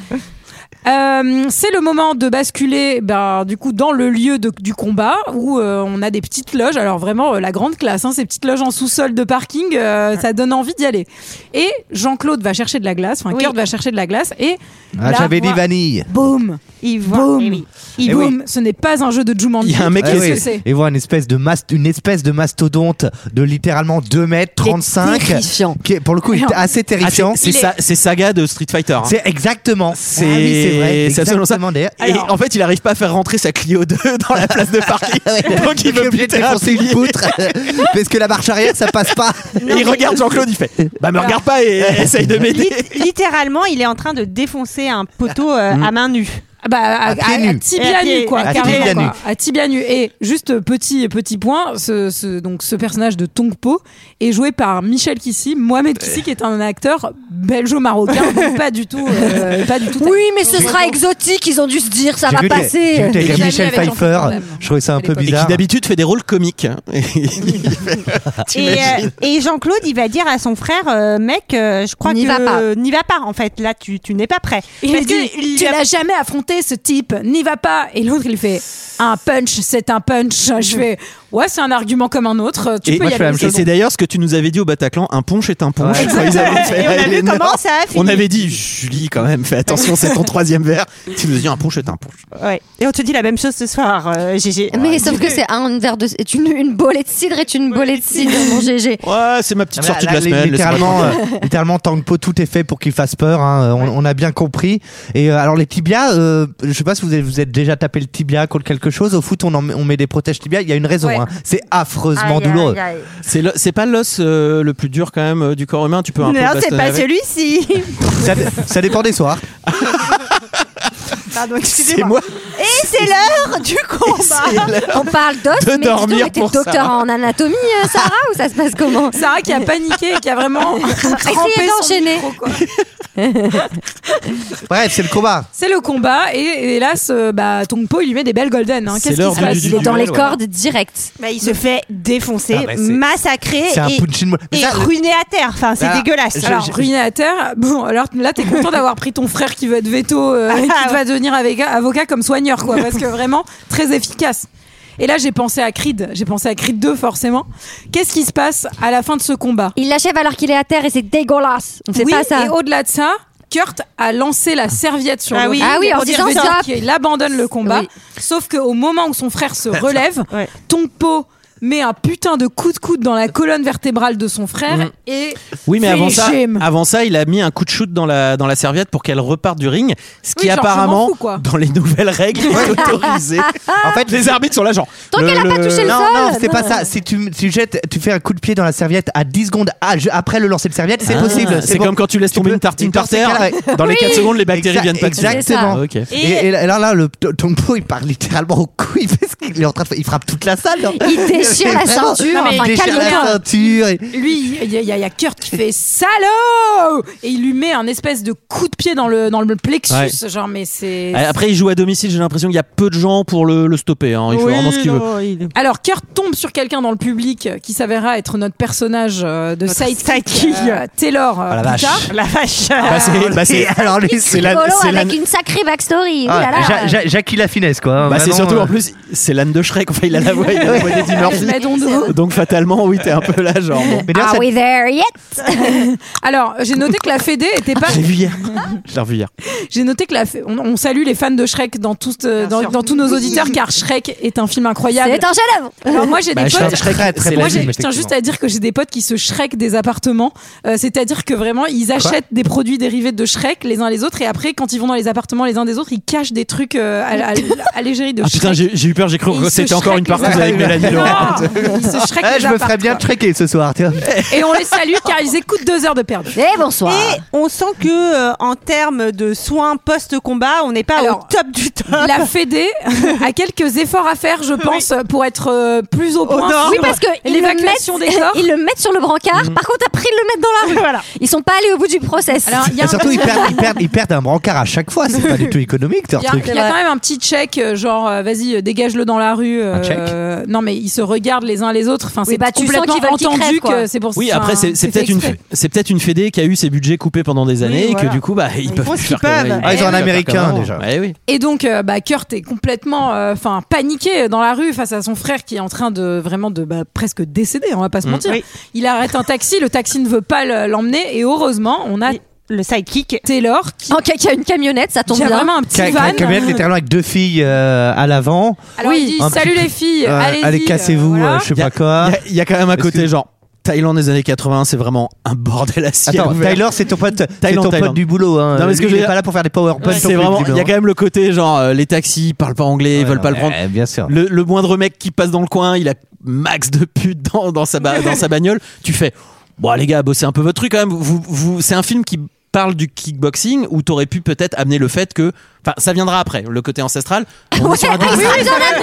Euh, c'est le moment de basculer ben, du coup dans le lieu de- du combat où euh, on a des petites loges. Alors vraiment euh, la grande classe, hein, ces petites loges en sous-sol de parking, euh, ça donne envie d'y aller. Et Jean-Claude va chercher de la glace, enfin
Oui.
Kurt va chercher de la glace et
Ah,
là,
J'avais dit
voilà.
vanille.
boum,
Il voit. Eh
boum,
oui.
il
Eh
boum. Ce n'est pas un jeu de Jumanji.
Il y a un mec
Ouais,
qui
Qu'est-ce
oui.
que c'est
Et voir une espèce de mas- une espèce de mastodonte de littéralement 2 mètres 35
Terrifiant.
qui est, pour le coup il est
Non.
assez
Ah, c'est-
terrifiant.
c'est sa- c'est saga de Street Fighter. hein.
c'est exactement.
C'est-
Ah oui, c'est vrai.
c'est absolument ça.
exactement d'ailleurs.
Et
Alors-
en fait, il arrive pas à faire rentrer sa Clio 2 [laughs] dans la place de parking. donc
Il
il
est
veut
obligé de
buter un
défoncer une
pilier.
poutre [laughs] parce que la marche arrière ça passe pas.
Et il regarde Jean-Claude, il fait Bah, me regarde pas et essaye de m'aider.
Lit- Littéralement, il est en train de défoncer un poteau euh,
Mm.
à main nue.
Ah bah, à,
pieds
à- à
nus.
tibia
À pieds-
nu quoi,
à
carrément,
tibia
quoi.
nu.
à tibia nu. Et juste euh, petit petit point, ce, ce- donc ce personnage de Tongpo est joué par Michel Kissi, Mohamed Kissi qui est un acteur belgeo-marocain, donc pas du tout, euh, pas du tout.
Oui, mais ce sera exotique, ils ont dû se dire, ça
J'ai
va
vu que- j'ai vu
passer.
que t'avais
J'ai
Michel
jamais avec
Pfeiffer,
Jean-Claude Van Damme.
je trouvais ça un
Et
peu
qui
Et qui
bizarre.
d'habitude fait des rôles comiques. [laughs]
Et, euh, et Jean-Claude, il va dire à son frère, euh, mec, euh, je crois
N'y
que
va pas.
n'y va pas. En fait, là, tu, tu n'es pas prêt.
Il
Parce
lui dit,
que il
tu
lui a-
l'as jamais affronté ce type, n'y va pas. Et l'autre il fait, un punch, c'est un punch. Je fais, ouais, c'est un argument comme un autre. Tu
Et,
peux y aller.
et c'est d'ailleurs ce que tu nous avais dit au Bataclan un punch est un punch.
Ouais.
Quand ils avaient fait
Et on a
la
vu
Elena,
comment ça a fini.
On avait dit Julie, quand même, fais attention, c'est ton troisième verre. Tu nous dis un punch est un punch.
Ouais. Et on te dit la même chose ce soir, euh, GG.
Mais sauf que c'est un verre de, est une, une bolée de cidre est une Ah, bolée de cidre, mon GG.
Ouais, c'est ma petite
Là,
sortie
là,
de la semaine.
Littéralement, euh, littéralement Tangpo, tout est fait pour qu'il fasse peur. hein, on, on a bien compris. Et euh, alors les tibias, euh, je sais pas si vous avez- vous êtes déjà tapé le tibia contre quelque chose. Au foot, on, en met, on met des protèges tibias. Il y a une raison.
Ouais.
hein. C'est affreusement douloureux.
C'est le- c'est pas l'os euh, le plus dur quand même euh, du corps humain. Tu peux un peu
Non, c'est
bastonner
pas
avec. [laughs]
celui-ci.
Ça, ça dépend des soirs.
Pardon,
C'est
excusez-moi.
moi.
Et c'est l'heure
[laughs]
du combat.
On parle d'os,
De
mais dis donc,
dormir
mais t'es
pour
docteur
Sarah.
en anatomie, euh, Sarah, ou ça se passe comment
Sarah qui a paniqué et qui a vraiment
Essayez
essayé
d'enchaîner.
Bref, c'est le combat.
C'est le combat et hélas, euh, bah, Tongpo il lui met des belles golden. Hein.
C'est
Qu'est-ce
l'heure
qui se
du-
passe
du-
Il est
du-
dans les
duel, voilà.
cordes direct.
Bah, il se fait défoncer,
Ah, bah, c'est-
massacrer
C'est un
et,
punch in the- Mais
et
ça, le-
ruiné à terre. Enfin, c'est
Bah,
dégueulasse.
je-
Alors ruiné à terre. Bon, alors là t'es content d'avoir pris ton frère qui veut être veto, euh, et qui va devenir avec- avocat comme soigneur quoi, parce que vraiment très efficace. Et là j'ai pensé à Creed, j'ai pensé à Creed 2 forcément. Qu'est-ce qui se passe à la fin de ce combat
Il l'achève alors qu'il est à terre et c'est dégueulasse. On fait
Oui,
pas ça.
Et au-delà de ça. Kurt a lancé la serviette sur
Ah
le
oui.
ring
Ah oui, en
pour dire
disant
stop.
stop.
Il abandonne le combat.
Oui.
Sauf qu'au moment où son frère se relève,
Ouais.
Tongpo met un putain de coup de coude dans la colonne vertébrale de son frère
Mhm.
et
Oui, mais
fait
avant
les
ça,
gemmes.
avant ça, il a mis un coup de shoot dans la, dans la serviette pour qu'elle reparte du ring, ce qui
Oui, genre, je m'en
apparemment,
fous, quoi.
dans les nouvelles règles, est autorisé.
En fait,
les arbitres sont là, genre.
Tant
le-
qu'elle a pas
le-
touché le
non,
sol.
non, c'est pas ça. Si tu, tu jettes, tu fais un coup de pied dans la serviette à 10 secondes à- je- après le lancer de serviette, c'est
Ah,
possible.
C'est comme quand tu laisses
Tu
tomber
peux-
une tartine
dans
par
ces
terre.
cas-là, ouais.
Dans les 4 secondes, les bactéries
Exact-
viennent pas dessus.
Exactement.
Ah, ok.
Et, et là, là, le t- Tongpo, il part littéralement au couille parce qu'il est en train de. Il frappe toute la salle.
[laughs] Il déchire la ceinture,
Il
enfin,
déchire la
calme-toi.
ceinture. et-
lui, il y, a- il y a il y a Kurt qui fait salaud et il lui met un espèce de coup de pied dans le dans le plexus,
Ouais.
genre mais c'est.
Ah, Après, il joue à domicile, j'ai l'impression qu'il y a peu de gens pour le, le stopper. hein. Il fait vraiment ce qu'il veut.
Oh,
Alors Kurt tombe sur quelqu'un dans le public euh, qui s'avérera être notre personnage euh, de sidekick,
sidekick.
euh, Taylor
Oh
euh,
la
plus
vache.
tard.
La
[laughs]
vache.
Oh Bah, c'est-
Et
bah, c'est-
[laughs] alors lui,
C'est
c'est la.
rigolo
c'est la-
avec une sacrée backstory.
Ah,
Ouh là là.
Ja- Ja- Jackie la finesse quoi.
bah, c'est
Vraiment,
surtout
euh,
en plus, c'est l'âne de Shrek. Enfin, il a la voix, il a la voix d'Eddie Murphy.
Smadondo.
Donc fatalement, oui, t'es un peu là, genre. bon.
Are we Ah there yet
Alors, j'ai noté que la Fédé était pas.
J'ai vu hier. J'ai revu hier.
J'ai noté que la Fé- on, on salue les fans de Shrek dans, toutes, euh, dans, dans tous nos auditeurs car Shrek est un film incroyable.
C'est un chef-d'œuvre.
Alors moi j'ai
Bah,
des
Shrek-
potes.
Shrek,
Très, très
c'est
bon
Moi,
la
j'ai-
film,
vie.
je tiens juste
effectivement.
à dire que j'ai des potes qui se Shrek des appartements. Euh, C'est-à-dire que vraiment, ils achètent des produits dérivés de Shrek les uns les autres et après, quand ils vont dans les appartements les uns des autres, ils cachent des trucs euh, à, à- à l'égérie de
Ah
Shrek.
putain, j'ai j'ai eu peur, j'ai cru
Et
que
ils se
c'était encore
Shrek
une partie
les
avec Mélanie
Non,
Laurent.
ils se Shrek
Eh,
les
je me ferais
appartements,
bien
quoi.
checker ce soir, tu vois.
Et on les salue car ils écoutent deux heures de perdu.
Et bonsoir.
Et on sent que euh, en termes de soins post-combat, on n'est pas
Alors,
au top du top.
La Fédé a quelques efforts à faire, je pense, pour être euh, plus au point.
nord.
sur
Oui, parce que ils le,
l'évacuation des corps.
mettent, [laughs] ils le mettent sur le brancard. Par contre, après, ils le mettent dans la rue.
Voilà.
Ils sont pas allés au bout du process.
Alors, il y a
Et
un
surtout, ils perdent, ils, perdent, ils perdent un brancard à chaque fois. C'est pas du tout économique, leur
Il y, a,
truc.
il y a quand même un petit check, euh, genre euh, vas-y euh, dégage-le dans la rue. euh,
Un check
euh, non mais ils se regardent les uns les autres. Enfin
Oui,
c'est
bah, tu
complètement
sens qu'ils veulent qu'ils
entendu
crèvent, quoi.
que c'est pour
Oui,
enfin,
après, c'est c'est
fait
peut-être une,
exprès.
c'est peut-être une fédé qui a eu ses budgets coupés pendant des années et
voilà.
que du coup, bah, ils, peuvent
font
plus
ce qu'ils
faire comme-
peuvent.
Ah,
ils ont un
peuvent
Américain,
faire comme
déjà.
avant. Ouais, Eh oui.
Et donc euh, bah Kurt est complètement, euh, enfin paniqué dans la rue face à son frère qui est en train de vraiment de bah, presque décéder. On va pas se mentir.
Oui.
Il arrête un taxi, le taxi ne veut pas le- l'emmener et heureusement on a
Le sidekick.
Taylor qui
En cas qu'il y a une camionnette, ça Ah, tombe
qui a
bien.
vraiment un petit van.
Camionnette littéralement avec deux filles euh, à l'avant.
Alors
Oui.
il dit
Un
salut
petit-
les filles,
Euh,
allez-y.
allez, cassez-vous,
euh, voilà.
euh, je sais
Y a-
pas quoi.
Il y a- il y, a quand même un côté
Est-ce que-
genre Thaïlande des années 80, c'est vraiment un bordel à ciel
Attends,
ouvert.
Tyler, c'est ton pote, c'est
Thaïlande,
ton pote
Thaïlande.
du boulot. Hein.
Non, mais ce
Lui,
que je
il
veux
est
dire-
pas là pour faire des PowerPoint.
c'est vraiment, il y a quand même le côté genre euh, les taxis ils parlent pas anglais, ils veulent pas le prendre.
Bien sûr.
Le, le moindre mec qui passe dans le coin, il a max de putes dans, dans sa, ba- dans sa bagnole. Tu fais, bon les gars, bossez un peu votre truc quand même. Vous, vous, c'est un film qui parle du kickboxing où t'aurais pu peut-être amener le fait que, enfin ça viendra après, le côté ancestral.
[laughs]
On, est, sur un début,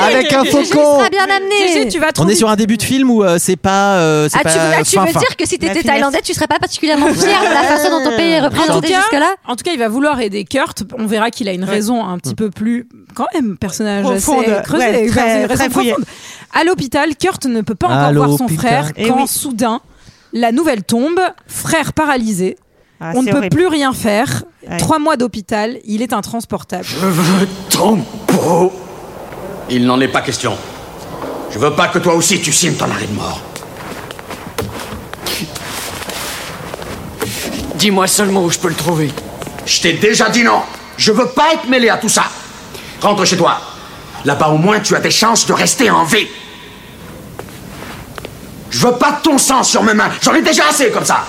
Avec un
Gégé
faucon.
sera bien amené.
Gégé, tu vas
on
trop
est sur un début de film où euh, c'est pas, euh, c'est
Ah, tu,
pas
ah, tu
fin,
veux
fin.
dire que si t'étais
finesse.
Thaïlandais, tu serais pas particulièrement fier de la façon dont ton pays est
En tout,
représenté
cas,
jusque-là
en tout cas, il va vouloir aider Kurt. On verra qu'il a une raison un petit peu plus, quand même, personnage
Profonde,
assez creusé,
ouais,
une
très-
raison
très fouillée.
profonde. À l'hôpital, Kurt ne peut pas
À
encore voir son
l'hôpital.
frère
Eh
quand
oui.
soudain la nouvelle tombe, frère paralysé.
Ah,
On ne
c'est
peut
horrible.
plus rien faire.
Ouais.
Trois mois d'hôpital, il est intransportable.
Il n'en est pas question.
Je veux pas que toi aussi tu signes ton arrêt de mort.
Dis-moi seulement où je peux le trouver.
Je t'ai déjà dit non. Je veux pas être mêlé à tout ça. Rentre chez toi. Là-bas, au moins, tu as des chances de rester en vie. Je veux pas ton sang sur mes mains. J'en ai déjà assez comme ça.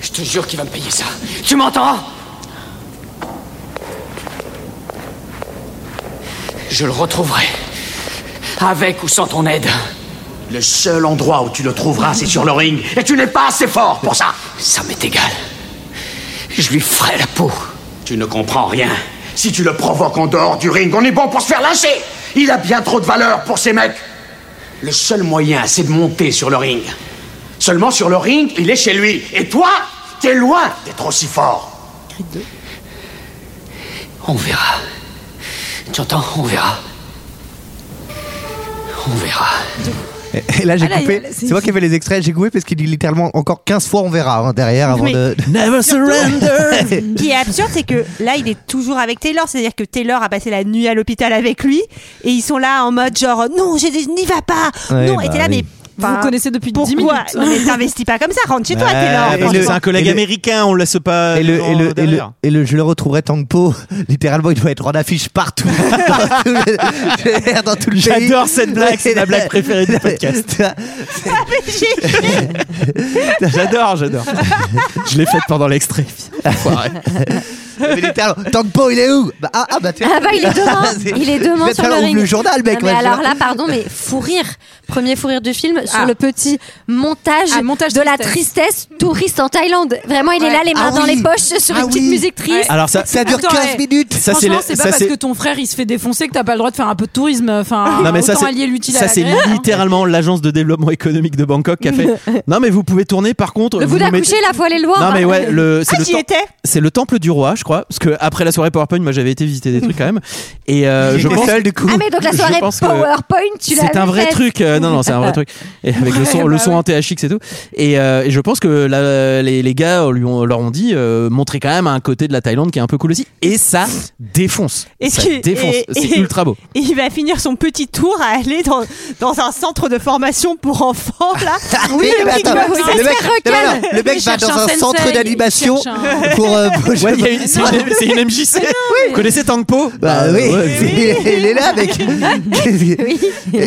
Je te jure qu'il va me payer ça. Tu m'entends Je le retrouverai. Avec ou sans ton aide.
Le seul endroit où tu le trouveras, c'est sur le ring. Et tu n'es pas assez fort pour ça.
Ça m'est égal. Je lui ferai la peau.
Tu ne comprends rien. Si tu le provoques en dehors du ring, on est bon pour se faire lyncher. Il a bien trop de valeur pour ces mecs. Le seul moyen, c'est de monter sur le ring. Seulement sur le ring, il est chez lui. Et toi, t'es loin d'être aussi fort.
On verra. Tu entends On verra. On verra.
Et et là, j'ai
Ah, là,
coupé.
il y a- c'est-
C'est moi qui ai fait les extraits. J'ai coupé parce qu'il dit littéralement encore 15 fois on verra hein, derrière avant
Oui.
de.
Never surrender.
[laughs] Ce qui est absurde, c'est que là, il est toujours avec Taylor. C'est-à-dire que Taylor a passé la nuit à l'hôpital avec lui. Et ils sont là en mode genre, non, j'ai des- n'y va pas.
Ouais,
non,
bah
et t'es là,
oui.
mais. enfin,
Vous connaissez depuis 10
pourquoi
minutes.
Non, mais t'investis pas comme ça, rentre chez toi,
Ouais,
Taylor.
et
Parce
Enfin,
que
hein.
le-
c'est un collègue
et le-
américain, on laisse pas.
Et le,
dans-
et, le, et, le,
derrière.
et le- je le retrouverai Tangpo. [laughs] Littéralement, il doit être en affiche partout. [laughs] Partout, dans tout le pays.
J'adore cette blague, c'est ma blague préférée
[laughs]
du podcast. [laughs]
[laughs]
J'adore, j'adore. Je l'ai faite pendant l'extrait.
Mais littéralement, Tangpo, il est où bah, ah, ah, bah tiens.
Ah bah il est demain,
C'est-
il est
Il
demain
va
sur le
falloir
ring.
ouvrir le journal, mec,
Non, mais
ouais,
alors
je-
là, pardon, mais fou rire. Premier fou rire du film sur
Ah.
le petit montage,
Ah, montage
de la
tristesse.
tristesse touriste en Thaïlande. Vraiment, il
Ouais.
est là, les mains
Ah
dans
oui.
les poches sur
Ah
une petite
oui.
musique triste.
Alors ça,
Ça dure
Attends,
15
ouais.
minutes.
ça c'est
Franchement,
les-
c'est
ça,
pas parce
c'est-
que ton frère il se fait défoncer que t'as pas le droit de faire un peu de tourisme. Enfin,
Non mais ça
autant
c'est
allier l'utile à
ça c'est
l'agréable, hein.
littéralement l'agence de développement économique de Bangkok qui a
[laughs]
fait. Non mais vous pouvez tourner par contre.
le
vous
bout
nous mettez-
d'accoucher, là, faut aller le voir.
Non mais ouais le c'est
ah,
le
j'y
tem-
étais.
c'est le temple du roi je crois, parce que après la soirée PowerPoint, moi j'avais été visiter des trucs quand même. Et euh, je
J'étais
pense.
seul, du coup.
Ah, mais donc la
je
soirée
pense que
PowerPoint, tu l'as
C'est un
vu
vrai
faite.
truc. euh, non, non, c'est un
[laughs]
vrai truc. Et avec le son, le son en THX et tout. Et, euh, et je pense que la- les, les gars lui ont, leur ont dit euh, montrez quand même un côté de la Thaïlande qui est un peu cool aussi. Et ça défonce.
Est-ce
ça
qu'il-
défonce.
et-
C'est
et-
ultra beau.
Et il va finir son petit tour à aller dans, dans un centre de formation pour enfants,
[laughs]
là.
Oui,
le
mais attends,
kickboxing.
le mec, non, mais non, le mec
Il
va
cherche
dans un,
sensei,
centre
il
[laughs]
d'animation
cherche un-
pour. euh, pour-
Ouais, il y a une- c'est une- c'est une MJC. Vous connaissez Tangpo
Bah
Ah,
oui,
[laughs]
ouais,
c'est- elle est là avec.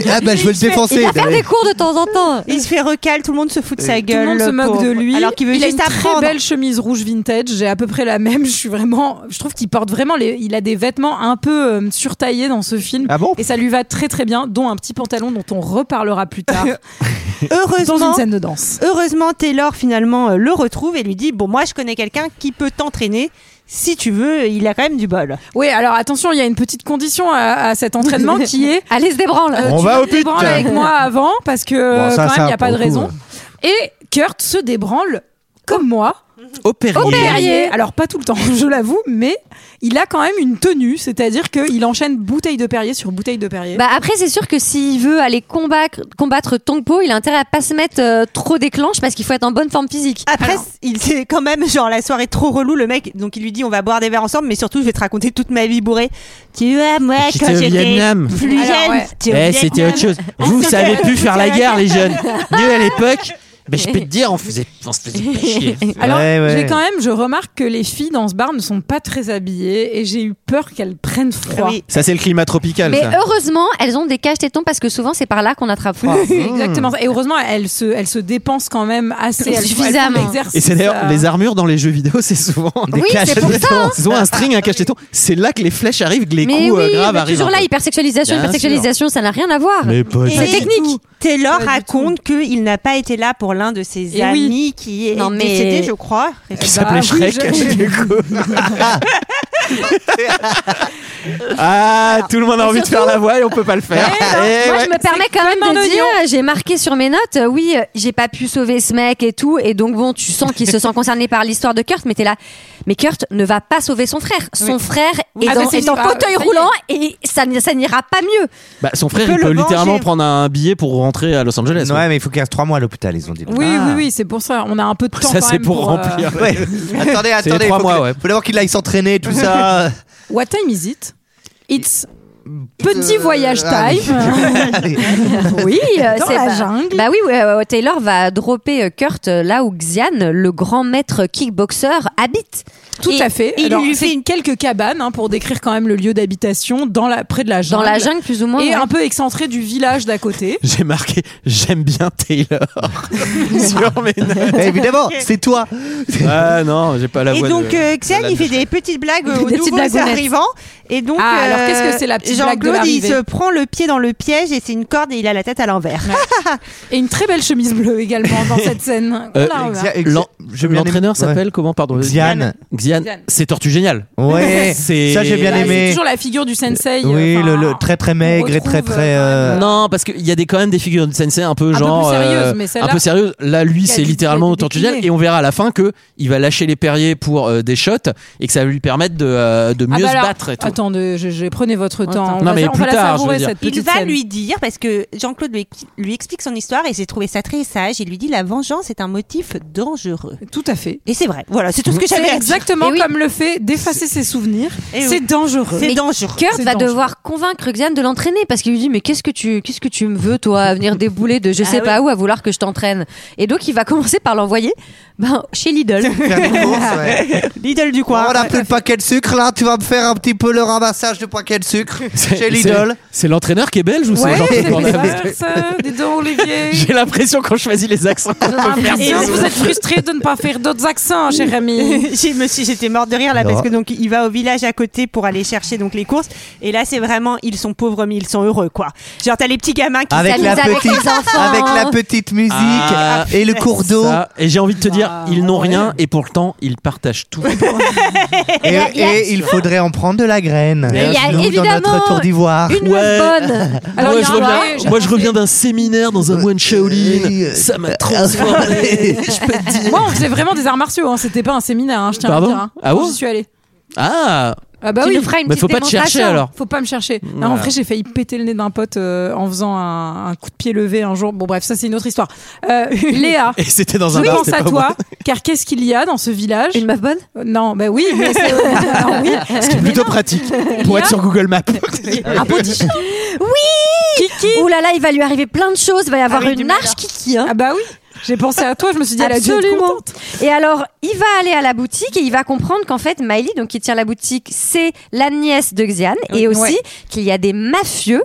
Ah bah je veux le défoncer.
Il va faire des cours de temps en temps.
Il se fait recal, tout le monde se fout de sa
Tout
gueule.
le monde se moque
pauvre.
de lui.
Alors qu'il veut
il
juste
a une
apprendre.
très belle chemise rouge vintage. J'ai à peu près la même. Je suis vraiment. Je trouve qu'il porte vraiment. Les... Il a des vêtements un peu euh, surtaillés dans ce film.
Ah bon
Et ça lui va très très bien, dont un petit pantalon dont on reparlera plus tard
[laughs] Heureusement.
dans une scène de danse.
Heureusement, Taylor finalement euh, le retrouve et lui dit Bon, moi je connais quelqu'un qui peut t'entraîner. Si tu veux, il a quand même du bol.
Oui, alors attention, il y a une petite condition à, à cet
[laughs]
entraînement qui est
Allez, se débranle.
euh,
On
tu
va
te
au pit.
débranles avec moi avant parce que
Bon, ça,
quand même
ça,
il n'y a pas de
pour le coup,
raison. Et Kurt se débranle comme moi.
Au Perrier.
Au Perrier. Alors pas tout le temps, [laughs] je l'avoue, mais il a quand même une tenue, c'est-à-dire qu'il enchaîne bouteille de Perrier sur bouteille de Perrier.
Bah après c'est sûr que s'il veut aller combattre combattre Tongpo, il a intérêt à pas se mettre euh, trop des clenches parce qu'il faut être en bonne forme physique.
Après, il c'est quand même genre la soirée trop relou. Le mec, donc il lui dit On va boire des verres ensemble, mais surtout je vais te raconter toute ma vie bourrée. Tu vois, moi
J'étais
quand
au
j'étais
Vietnam.
plus
Alors,
jeune,
ouais.
j'étais au
Eh, c'était
Vietnam.
autre chose.
Ah,
Vous, vous savez plus faire la guerre, les jeunes. Nous, à l'époque, ben, je peux te dire, on faisait, on se faisait pas
[laughs]
chier.
Alors,
Ouais, ouais.
j'ai quand même, je remarque que les filles dans ce bar ne sont pas très habillées et j'ai eu peur qu'elles prennent froid. [laughs]
Oui.
Ça, c'est le climat
Ah,
tropical.
Mais
ça.
heureusement, elles ont des caches tétons parce que souvent c'est par là qu'on
[laughs]
Ah,
attrape froid.
hmm.
Exactement. Et heureusement, elles se, elles se dépensent quand même assez elles font- elles font
Suffisamment.
l'exercice,
Et c'est d'ailleurs
euh,
les armures dans les jeux vidéo, c'est souvent des
Oui, c'est pour ça,
cache-tétons. Ils ont un string, un cache-téton. C'est là que les flèches arrivent, que les
mais
coups euh,
oui,
graves
mais
arrivent.
toujours là
un peu.
hypersexualisation,
Bien
hypersexualisation, ça n'a rien à voir.
Mais pas
Et
du
C'est
tout.
technique.
Taylor
Pas du
raconte qu'il n'a pas été là pour l'un de ses
Et oui.
amis qui est
Non, mais-
décédé, je crois.
Qui s'appelait
Bah oui,
Shrek,
je-
[laughs] du coup. ah, tout le monde a envie de faire la voix et on peut pas le faire. Eh
Moi,
ouais.
je me permets quand même
comme un
de dire,
oignon.
j'ai marqué sur mes notes, euh, oui, euh, j'ai pas pu sauver ce mec et tout, et donc bon, tu sens qu'il se sent concerné par l'histoire de Kurt, mais t'es là. Mais Kurt ne va pas sauver son frère. Son frère est
Ah bah,
dans,
c'est
est en
une- ah,
fauteuil
ça y est.
roulant et ça, n- ça n'ira pas mieux.
Bah, son frère,
peut
il peut
le
littéralement
venger.
prendre un billet pour rentrer à Los Angeles. ouais.
Ouais, mais il faut qu'il reste 3 mois à l'hôpital, ils ont dit.
Oui, oui, oui, c'est pour ça. On a un peu de temps.
Ça,
quand
c'est
même
pour,
euh,
remplir.
Ouais.
[laughs]
attendez,
C'est
attendez.
les trois
faut
mois,
que-
ouais.
faut d'abord qu'il aille s'entraîner, tout ça.
What time is it? It's petit
Euh,
voyage
ah oui.
time. [laughs]
Allez.
Oui, euh,
Dans
c'est
la
pas-
jungle.
Bah oui, ouais, ouais, ouais, Taylor va dropper euh, Kurt euh, là où Xian, le grand maître kickboxer, habite.
Tout
Et-
à fait.
il
Alors,
lui
c'est
fait une-
quelques cabanes hein, pour décrire quand même le lieu d'habitation dans la près de la
Dans
jungle.
la jungle, plus ou moins.
et
ouais.
un peu excentré du village d'à côté.
J'ai marqué, j'aime bien [laughs] Taylor sur mes notes.
Eh, Évidemment, c'est toi.
Ah non, j'ai pas la
Et
voix.
donc,
de-
euh,
de
Xen,
la
il fait
bouche.
des petites
[laughs]
blagues
Des
aux
petites
nouveaux
blagounettes.
arrivants. Et donc,
Ah, alors,
euh,
qu'est-ce que c'est la petite blague de
Jean-Claude, il
l'arrivée
se prend le pied dans le piège et c'est une corde et il a la tête à l'envers.
Et une très belle chemise bleue également dans cette scène. On
Euh,
la remarque.
L'en-
Je bien
L'entraîneur
aimé- ouais.
s'appelle comment Pardon.
Xian.
Xian.
Xian.
C'est Tortue Géniale.
[laughs]
Ouais,
C'est-
ça j'ai bien
Ah,
Bah, C'est
aimé.
toujours la figure du sensei.
Oui,
euh,
le,
enfin,
le très très maigre et très
retrouve,
très.
euh,
euh,
Non, parce qu'il y a des, quand même des figures de sensei un peu
peu
genre. euh,
plus sérieuses, mais celle-là-
un peu sérieuses. Là, lui,
Il y a
c'est
du- il y
littéralement
a du
Tortue Géniale.
décliné.
Et on verra à la fin que il va lâcher les perriers pour euh, des shots et que ça va lui permettre de, euh, de
Ah bah
mieux se
alors,
battre et tout.
Attendez, je, je- prenez votre temps.
Attends.
On
Non,
va,
mais
on
plus
va la
tard, je
savourer
veux dire.
cette petite
Il va
scène.
lui dire, parce que Jean-Claude lui, lui explique son histoire et j'ai trouvé ça très sage, il lui dit la vengeance est un motif dangereux.
Tout à fait.
Et c'est vrai, voilà, c'est tout ce que j'avais
C'est
à dire.
exactement
Et oui.
comme le fait d'effacer ses souvenirs.
Et oui.
Eh C'est dangereux.
C'est
Mais
dangereux.
Kurt
C'est
va
dangereux.
devoir convaincre Xian de l'entraîner parce qu'il lui dit mais qu'est-ce que tu qu'est-ce que tu me veux toi à venir débouler de je
Ah
sais
oui.
pas où à vouloir que je t'entraîne et donc il va commencer par l'envoyer ben chez
[laughs]
Lidl
faire des courses, ouais.
L'idole du
Oh,
coin.
on a plus le paquet de sucre là, tu vas me faire un petit peu le ramassage de paquet de sucre chez Lidl.
C'est- C'est l'entraîneur qui est belge ou c'est
Ouais,
Jean-Claude
c'est
Van Damme
bizarre, ça. Des dents, Olivier.
[laughs] J'ai l'impression qu'on choisit
[laughs]
les accents.
J'ai l'impression que Ah, vous êtes frustré de ne pas faire d'autres
[laughs]
accents, cher ami.
[laughs] J'ai- me suis- J'étais morte de rire là
Alors.
parce que donc il va au village à côté pour aller chercher donc les courses et là c'est vraiment ils sont pauvres mais ils sont heureux quoi. Genre t'as les petits gamins qui
Avec
s'amuse
la,
avec
petite,
les enfants.
avec la petite musique
Ah,
et le cours d'eau.
Ça, et j'ai envie de te dire,
Bah,
ils n'ont
ouais.
rien et pourtant ils partagent tout.
Et,
y a-
et il faudrait en prendre de la graine.
Mais il y a
Nous,
évididemment
dans notre tour d'ivoire.
une
Ouais.
meuf [laughs] bonne
Alors, il
moi,
y
je
en a un,
reviens,
j'ai
moi, je
pensé.
reviens d'un séminaire dans un moine
Euh,
Shaolin.
euh,
Ça m'a
[laughs]
transformé. je peux te dire.
Moi, on faisait vraiment des arts martiaux. hein. C'était pas un séminaire, hein, je tiens
Pardon
à le dire. hein.
Ah
Quand
bon
J'y suis allée.
Ah
Ah bah
Tu
oui.
nous feras une Mais petite faut pas te chercher, démonstration. alors.
Faut pas me chercher. Non,
Voilà.
en vrai, j'ai failli péter le nez d'un pote euh, en faisant un, un coup de pied levé un jour. Bon bref, ça c'est une autre histoire. Euh, [laughs] Léa.
Et c'était dans un
je
bar,
pense
c'était
à
pas
toi,
moi. [laughs]
car qu'est-ce qu'il y a dans ce village Une
meuf bonne
Non, bah oui, mais [laughs] c'est alors oui.
Ce qui est plutôt pratique pour être sur Google Maps.
Un
[laughs]
potiche.
Oui Ouh là là, il va lui arriver plein de choses. Il va y avoir une arche Kiki.
Ah bah oui. J'ai pensé à toi, je me suis dit, elle a dû être
Absolument.
contente.
Et alors, il va aller à la boutique et il va comprendre qu'en fait, Miley, donc qui tient la boutique, c'est la nièce de Xian et aussi
Ouais.
qu'il y a des mafieux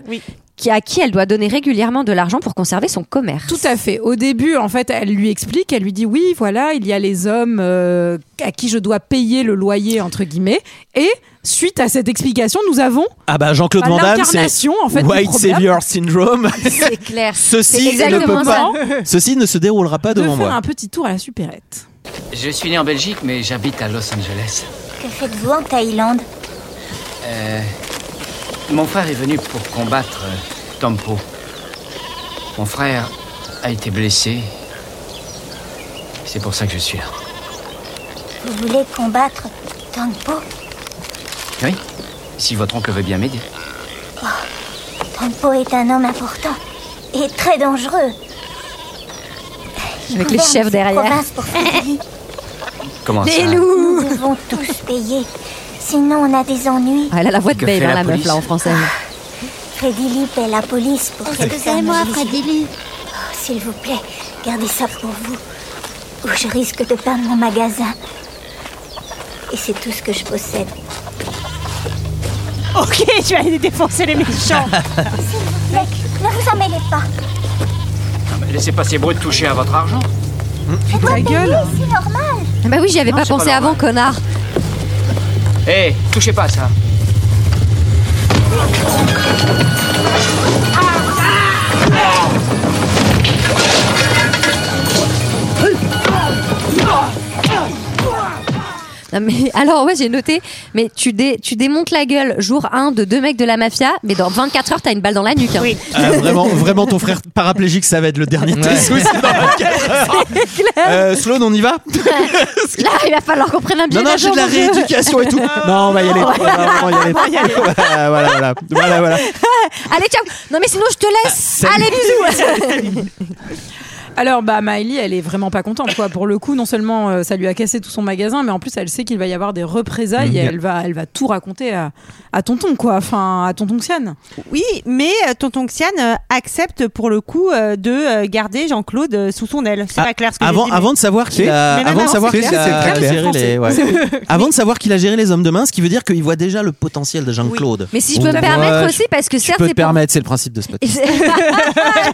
qui, à qui elle doit donner régulièrement de l'argent pour conserver son commerce.
Tout à fait. Au début, en fait, elle lui explique, elle lui dit oui, voilà, il y a les hommes euh, à qui je dois payer le loyer entre guillemets. Et suite à cette explication, nous avons
[laughs] Ah bah Jean-Claude
Bah,
Van Damme, c'est
l'incarnation, en fait, du
White
problème.
Savior Syndrome.
C'est clair.
Ceci ne peut pas. [laughs] Ceci ne se déroulera pas
de
devant
faire
moi.
un petit tour à la supérette.
Je suis né en Belgique, mais j'habite à Los Angeles.
Que faites-vous en Thaïlande
Euh, mon frère est venu pour combattre euh, Tompo. Mon frère a été blessé. C'est pour ça que je suis là.
Vous voulez combattre Tangpo
Oui Si votre oncle veut bien m'aider.
Oh, Tangpo est un homme important et très dangereux. Il
Avec les
gouverne
chefs
cette
derrière.
province pour son pays.
Comment ça
Nous devons tous payer, sinon on a des ennuis.
Ah, elle a la voix de
Que
Belle,
fait
hein,
la
la, meuf,
police
là, en français.
Freddy Lip et la police pour cette
Excusez-moi,
Freddy Oh, S'il vous plaît, gardez ça pour vous. Ou je risque de perdre mon magasin. Et c'est tout ce que je possède.
Ok, je vais aller défoncer les méchants.
Mec, ne vous emmêlez pas.
Mais Laissez pas ces brutes toucher à votre argent.
Je dois
Ta
payer,
gueule.
c'est normal.
Ah bah oui, j'y avais
Non,
pas
c'est pas
pensé avant, connard.
Hé, touchez pas à ça.
Non, mais, [laughs] alors, ouais, j'ai noté, mais tu, dé- tu démontes la gueule jour 1 de deux mecs de la mafia, mais dans 24 heures, t'as une balle dans la nuque. hein.
Ah, vraiment, vraiment, ton frère paraplégique, ça va être le dernier
[laughs]
test. Oui, c'est dans la carrière. Euh, Sloan, on y va
Là, il va falloir qu'on prenne un billet
Non, non, j'ai
d'avion,
de la
mon vieux.
rééducation et tout. Non, on va y aller. Voilà, on va y aller. Voilà, voilà, voilà. Voilà, voilà.
Allez, ciao. Non, mais sinon, je te laisse.
Ah, salut.
[laughs]
Allez, bisous.
Alors bah Miley, elle est vraiment pas contente quoi. Pour le coup, non seulement euh, ça lui a cassé tout son magasin, mais en plus elle sait qu'il va y avoir des représailles.
Mhm.
Mm-hmm.
Et elle va, elle va tout raconter à, à tonton quoi, enfin à tonton Xian.
[laughs] Oui, mais euh, tonton Xian euh, accepte pour le coup euh, de euh, garder Jean-Claude euh, sous son aile. C'est
Ah,
pas clair ce que
avant,
j'ai dit,
avant
mais-
de savoir qu'il
Mais
a,
même
avant de savoir
c'est
qu'il
clair,
a
c'est clair.
géré les, ouais. avant de savoir qu'il a géré les hommes de main, ce qui veut dire qu'il voit déjà le potentiel de Jean-Claude.
Mais si je peux me permettre aussi, parce que
bah, tu
certes,
peux
c'est
te
pour- [laughs]
permettre, c'est le principe de ce podcast.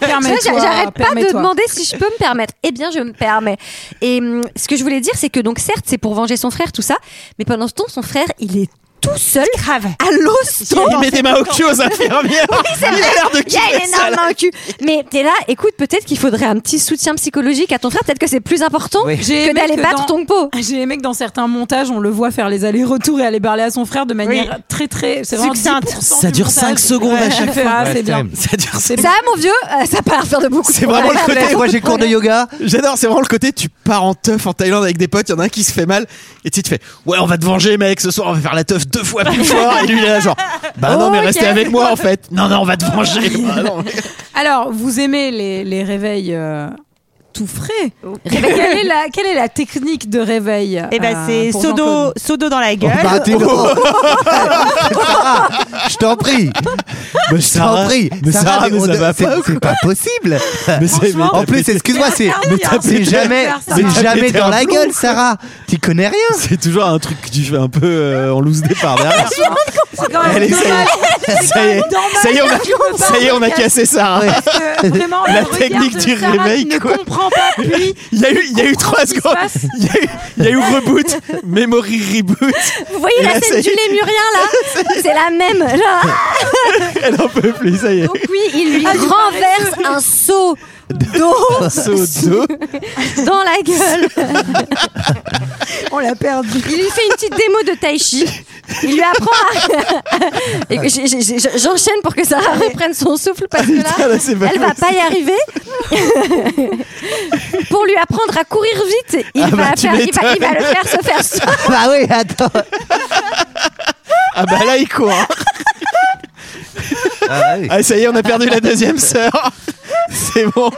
Permets-toi,
[laughs] Tu vois, J'arrête pas de
permets-toi.
demander si je peux me permettre. Eh bien, je me permets. Et hum, ce que je voulais dire, c'est que donc certes, c'est pour venger son frère, tout ça, mais pendant ce temps, son frère, il est tout seul à l'hosto.
Il met des mains au cul aux infirmières.
Oui, c'est
[laughs] Il a
vrai.
l'air de
Il y a
kiffer
une
ça,
énorme
là.
main au cul. Mais t'es là, écoute, peut-être qu'il faudrait un petit soutien psychologique à ton frère. Peut-être que c'est plus important
J'ai
que
aimé
d'aller
que
battre
dans-
ton pot.
Ah, J'ai aimé que dans certains montages, on le voit faire les allers-retours et aller parler à son frère de manière
Oui.
très très c'est vraiment
Succincte.
10%
Ça
du
dure
montage.
5 secondes à
Ouais,
chaque
elle fait,
fois.
ah, c'est bien.
Ça dure
C'est
Ça, mon vieux, euh, ça part faire de beaucoup. de
C'est vraiment le
problèmes.
côté.
Beaucoup de problèmes.
yoga. J'adore, c'est vraiment le côté. Tu pars en teuf en Thaïlande avec des potes. Il y en a un qui se fait mal. Et tu sais, tu fais Ouais, on va te venger, mec. Ce soir, on va faire la teuf deux fois plus fort. Et lui, il est là, genre Bah non, mais
Ok.
restez avec moi en fait. Non, non, on va te venger. Bah, non, mais-
Alors, vous aimez les, les réveils euh, tout frais
Réveil.
quelle, est la, quelle est la technique de réveil
Oh. Eh ben,
euh,
c'est
pour
Sodo,
Jean-Claude
Sodo dans la gueule.
Oh, bah, t'es drôle.
Sarah, [laughs] je t'en prie.
Mais
je t'en
Sarah,
prie.
mais Sarah, mais
on
ça
de-
va
c'est-
pas ou
C'est
quoi
pas possible.
[laughs] Mais c'est- Franchement, mais
en
t'as
plus,
pété-
excuse-moi, c'est
Mais t'as
c'est
pété-
jamais,
mais
c'est
t'as
jamais
pété
dans
un
la
plomb,
gueule,
quoi.
Sarah. Tu connais rien.
C'est toujours un truc que tu fais un peu euh, en loose
[laughs]
départ derrière.
C'est quand même
Allez, ça y est.
normal. C'est
Ça
quand
y
même
est.
normal.
Ça y est, on a-
Je peux pas
ça y est, on a
regarder.
cassé ça, hein.
Parce que, vraiment,
[laughs] La
le regard
technique
de
du
Sarah
réveil,
qui
quoi.
ne comprend pas, puis
Il y a eu, il y a eu trois
se
secondes.
passe
Il y a eu, il y a eu reboot, memory reboot. [laughs]
Vous voyez
Et
la
là,
scène
ça y
du
est.
lémurien
[laughs]
là C'est la même. Genre,
Elle en peut plus, ça
[laughs]
y est.
Oui, il lui
Ah, du
renverse un seau
Un seau d'eau.
d'eau dans la [laughs] gueule.
On l'a perdu.
Il lui fait une petite démo de tai chi. Il lui apprend à... [laughs] Et que j'ai- j'ai- j'ai- J'enchaîne pour que Sarah reprenne son souffle parce que
Putain,
là,
là, c'est pas
elle va
possible.
pas y arriver. [laughs] Pour lui apprendre à courir vite, il,
Ah
va,
bah, tu
faire- il va- il va
m'étonnes.
le faire se faire
bah oui, attends.
Ah bah là, il court. hein.
bah
Ah, ça y est, on a perdu la deuxième sœur. C'est bon.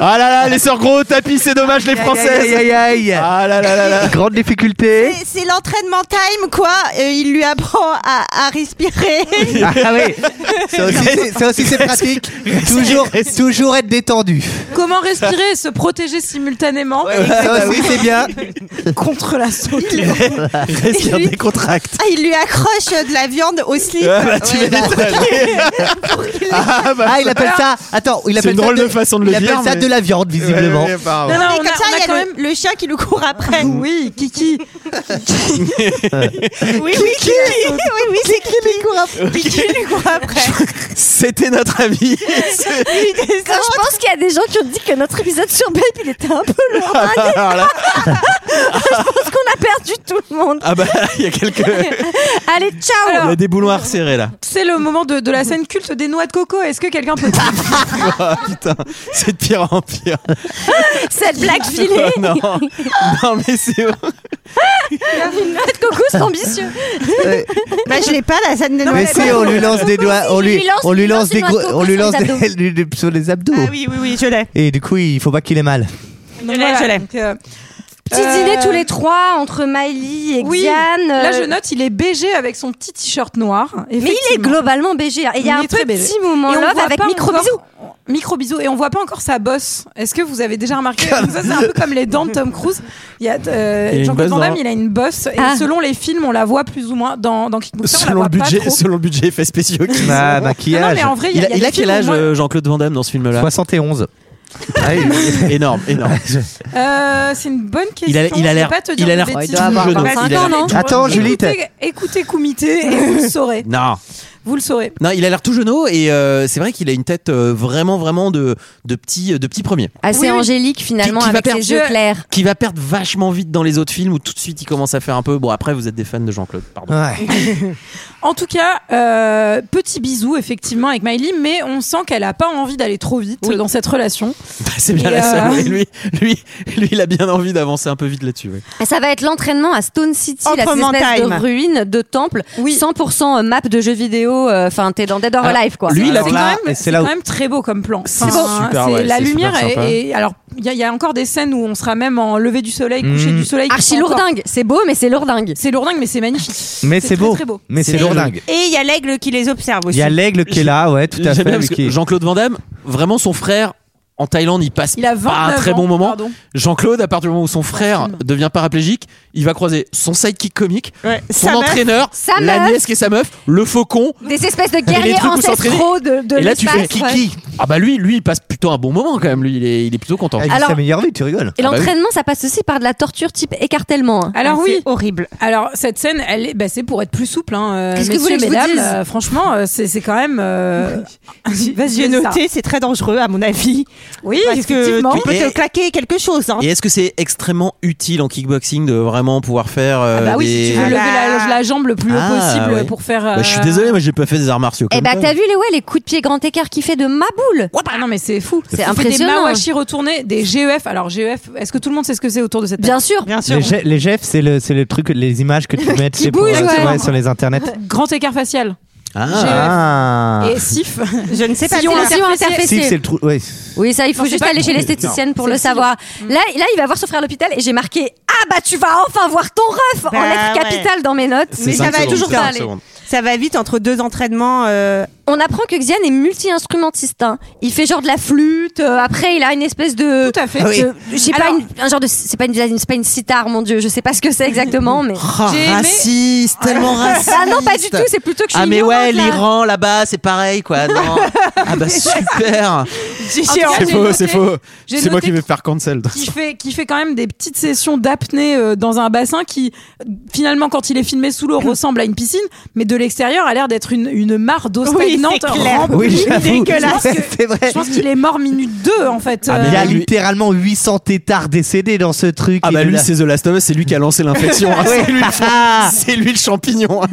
Ah là là, les sœurs gros au tapis, c'est dommage les
Aïe, aïe,
Françaises.
aïe, aïe, aïe.
Ah là là là là.
Grande difficulté.
C'est- C'est l'entraînement time, quoi. Euh, il lui apprend à, à
[laughs]
respirer.
Ah oui, ça aussi, c'est- ça aussi, c'est pratique. Toujours, toujours être détendu.
Comment respirer et se protéger simultanément
Ah bah
Ça aussi, c'est bien.
Contre la saute.
Respire des contractes.
Ah, il lui accroche euh, de la viande au
[laughs]
slip.
Ah bah, tu
Ouais, bah,
[laughs]
pour qu'il-
Ah, bah,
Ah, il appelle ça. Attends, il
C'est
appelle
une
ça
drôle de façon de le
il appelle
dire,
ça
mais-
de la viande, visiblement.
Ouais, bah,
Non,
ouais.
non,
on
Ah, comme
a-
ça,
on a
il y a Ah,
quand
le, le chien qui le court après.
Oui,
[laughs]
Kiki.
oui, oui, qui- oui, oui, c'est qui lui court après. Qui lui court après.
C'était
[laughs]
notre avis. C'est-
Quand je pense qu'il y a des gens qui ont dit que notre épisode sur Babe il était un peu long,
Ah, bah, alors là-
je pense qu'on a perdu tout le monde.
ah bah là, il y a quelques.
Allez, ciao
Il y a des boulons à resserrer là.
C'est le moment de, de
[laughs]
la scène culte des noix de coco. Est-ce que quelqu'un peut.
Ah, putain, c'est de pire en pire.
Cette
[laughs]
blague filée
Oh, non. non, mais c'est.
Une noix de coco, c'est ambitieux
Bah, je l'ai pas la scène de
Mais
Noël.
si, on lui lance des doigts, on lui, on lui lance des, gros- on [laughs] lui lance des, des- des- sur les abdos.
Ah oui, oui, oui, je l'ai.
Et du coup, il faut pas qu'il ait mal.
Je l'ai, je l'ai.
euh,
Petit dîner tous les trois entre Miley et
Oui.
Xian. euh,
euh, Là, je note, il est BG avec son petit t-shirt noir.
Mais il est
Effectivement.
globalement BG. Et il y a
Il
un
est très BG.
petit moment
Et on
love
voit
avec
pas
micro
encore-
bisous.
Micro bisous. Et on voit pas encore sa bosse. Est-ce que vous avez déjà remarqué Ça, c'est un peu comme les dents de Tom Cruise. Il y a, euh,
Il a une
Jean-Claude
bosse
Van Damme,
dans-
il a une bosse. Et
Ah.
selon les films, on la voit plus ou moins dans, dans Kickboxer. on la
Selon
voit
le, budget,
Pas trop.
selon le budget effets spéciaux qu'ils
Bah,
ont.
maquillage.
Non, non, mais en vrai, il y
il
a-
a,
il y a
il a
des
quel
films où
âge
moi-
euh, Jean-Claude Van Damme dans ce film-là
71. Ah oui. [laughs]
Énorme, énorme.
Euh, c'est une bonne question.
Il a- il a
je vais
l'air-
pas te dire
il a
de
l'air
bêtises.
tout Il doit jeune. avoir
Bah,
25 ans, non
Attends, Julie, t'as-
Écoutez, écoutez Kumité et vous le saurez.
Non.
Vous le saurez.
Non, il a l'air tout jeuneau et euh, c'est vrai qu'il a une tête euh, vraiment, vraiment de, de petit, euh, de petit premier.
Assez
Oui, oui.
angélique finalement
Qui- qui va
avec
perdre
les yeux
Dieu.
clairs.
Qui va perdre vachement vite dans les autres films où tout de suite il commence à faire un peu. Bon, après, vous êtes des fans de Jean-Claude, pardon. [laughs]
Ouais.
En tout cas, euh, petit bisou effectivement avec Miley, mais on sent qu'elle a pas envie d'aller trop vite euh, dans cette relation.
Bah, c'est bien
Et
la seule.
euh,
Et lui, [laughs] lui, lui, il a bien envie d'avancer un peu vite là-dessus. ouais.
Et Ah, ça va être l'entraînement à Stone City, la
Entrement
espèce de
time.
ruine de temple. 100% euh, map de jeux vidéo. euh, Enfin, t'es dans Dead or
Alors,
Alive quoi.
lui, il a
c'est
là-
quand même,
et c'est
c'est
là
quand
où-
même très beau comme plan.
C'est super, ouais,
la
c'est super
lumière
sympa.
et, alors il y, a- il y a encore des scènes où on sera même en lever du soleil,
Mm.
coucher
Mhm.
du soleil. qui
Archi
sont encore-
lourdingue. C'est beau, mais c'est lourdingue.
C'est lourdingue, mais c'est magnifique.
Mais
C'est
c'est
très,
beau.
très beau.
Mais c'est
C'est
lourdingue.
Et il y a l'aigle qui les observe
Il
aussi.
y a l'aigle qui est là, ouais, tout à
J'aime
fait.
bien
mais
parce que
qui-
Jean-Claude Van Damme, vraiment son frère en Thaïlande, il passe
Il a
pas
29
un très
ans,
bon moment.
pardon.
Jean-Claude, à partir du moment où son frère devient paraplégique, il va croiser son sidekick comique,
Ouais,
son
sa meuf.
entraîneur,
Sa
la
meuf.
nièce qui est sa meuf, le faucon.
Des espèces de
les
guerriers
trucs où s'entraîner.
ancestraux de, de
et là, tu fais
l'espace, ouais.
Kiki. Ah bah lui, lui, il passe plutôt un bon moment quand même. Lui, il est, il est plutôt content.
Ah, il vit
Alors-
sa meilleure vie, tu rigoles.
Et
Ah bah oui.
l'entraînement, ça passe aussi par de la torture type écartèlement. hein.
Alors
Ah,
oui,
c'est horrible.
Alors cette scène, elle est, bah, c'est pour être plus souple. Hein, euh,
Qu'est-ce que
messieurs,
vous voulez que je vous
mesdames,
dise
euh, Franchement, euh, c'est, c'est quand même.
[laughs]
euh, [laughs] Vas-y,
J'ai
c'est ça.
noté, c'est très dangereux à mon avis.
Oui,
parce que
effectivement.
tu peux
Et-
te claquer quelque chose. hein.
Et est-ce que c'est extrêmement utile en kickboxing de vraiment pouvoir faire euh,
Ah bah oui, si
des-
tu veux lever
Ah
la,
bah.
la jambe le plus
Ah,
haut possible
ouais.
pour faire.
Bah, je suis
euh,
désolé, moi j'ai pas fait des arts martiaux.
Eh
comme
bah
toi.
t'as vu les ouais les coups de pied grand écart qui fait de ma boule.
Ah non mais c'est fou.
C'est
On fait
impressionnant.
Des
hein.
mawashi retournés, des GEF. Alors GEF, est-ce que tout le monde sait ce que c'est autour de cette
Bah,
Bien sûr.
Bien sûr.
Les, ge- les GEF, c'est le, c'est le truc, les images
[laughs]
que tu mets tu sais, pour,
bougent,
euh,
ouais.
ouais, sur les internets.
grand écart facial
Ah.
Ah.
et
[laughs]
SIF.
Je ne sais pas.
Si on
c'est la-
l'interprète,
Sillon
Si, c'est
interfécé.
le trou. Ouais.
Oui, ça, il faut
Non, c'est
juste
pas
aller
le
chez
trou.
l'esthéticienne pour
C'est
le
le sillon.
savoir.
Mm.
Là, là, il va voir son frère à l'hôpital et j'ai marqué Ah bah tu vas enfin voir ton ref en
Bah,
lettres
ouais.
capitales dans mes notes.
C'est
Mais ça
cinq
va
secondes,
toujours
cinq
pas aller.
secondes.
Ça va vite entre deux entraînements. euh,
On apprend que Xian est multi-instrumentiste. hein. Il fait genre de la flûte. euh, après, il a une espèce de.
Tout à fait.
Ah
de-
Oui.
je sais pas
Alors-
une- un genre de. C'est pas une, c'est pas une sitar, mon dieu. Je sais pas ce que c'est
[laughs]
exactement, mais.
Ah,
J'ai aimé-
raciste, tellement raciste.
Ah non, pas du tout. C'est plutôt que je suis.
Ah mais
ignorante,
ouais,
là.
l'Iran là-bas, c'est pareil quoi. Non. ah bah super.
En tout cas,
C'est
j'ai
faux,
noté-
c'est faux.
j'ai
C'est moi
noté
qui vais me faire cancel.
[laughs] qui fait qui fait quand même des petites sessions d'apnée euh, dans un bassin qui finalement quand il est filmé sous
[coughs]
l'eau ressemble à une piscine mais de l'extérieur a l'air d'être une, une mare d'eau
Oui,
stagnante
c'est clair.
remplie.
Oui, j'avoue.
[laughs]
Dégueulasse.
C'est vrai.
je pense qu'il Euh, est mort minute 2 en fait
Ah, mais
Il y a
là, lui-
littéralement 800 tétards décédés dans ce truc.
Ah
Et
bah
de
lui
la-
c'est The Last of Us, c'est lui qui a lancé l'infection. hein. [laughs] C'est lui, le champ- c'est lui le champignon. hein.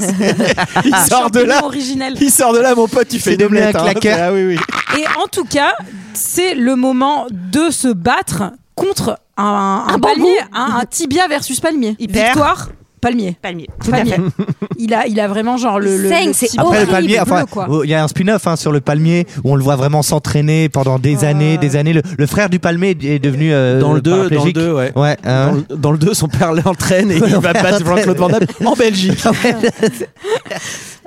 Il
un
sort de là.
champignon originel
Il sort de là mon pote, tu fais
C'est
une
devenu un
omelette. hein.
claqueur.
Ah oui oui.
et en tout cas c'est le moment de se battre contre un, un,
Un bambou.
palmier un, un tibia versus palmier
Il perd.
victoire Palmier.
Palmier.
Palmier. il, a, il a vraiment genre le. le-
Il saigne,
le
c'est
petit
Après le
bleu,
palmier, enfin,
quoi.
oh, il y a un spin-off hein, sur le palmier où on le voit vraiment s'entraîner pendant des années, des années. Le, le frère du palmier est devenu euh,
Dans le 2, dans le
paraplégique.
2, ouais.
hein. [laughs]
dans, le, 2, son père l'entraîne et il
Bah,
va battre Jean-Claude Van Damme en Belgique. Mais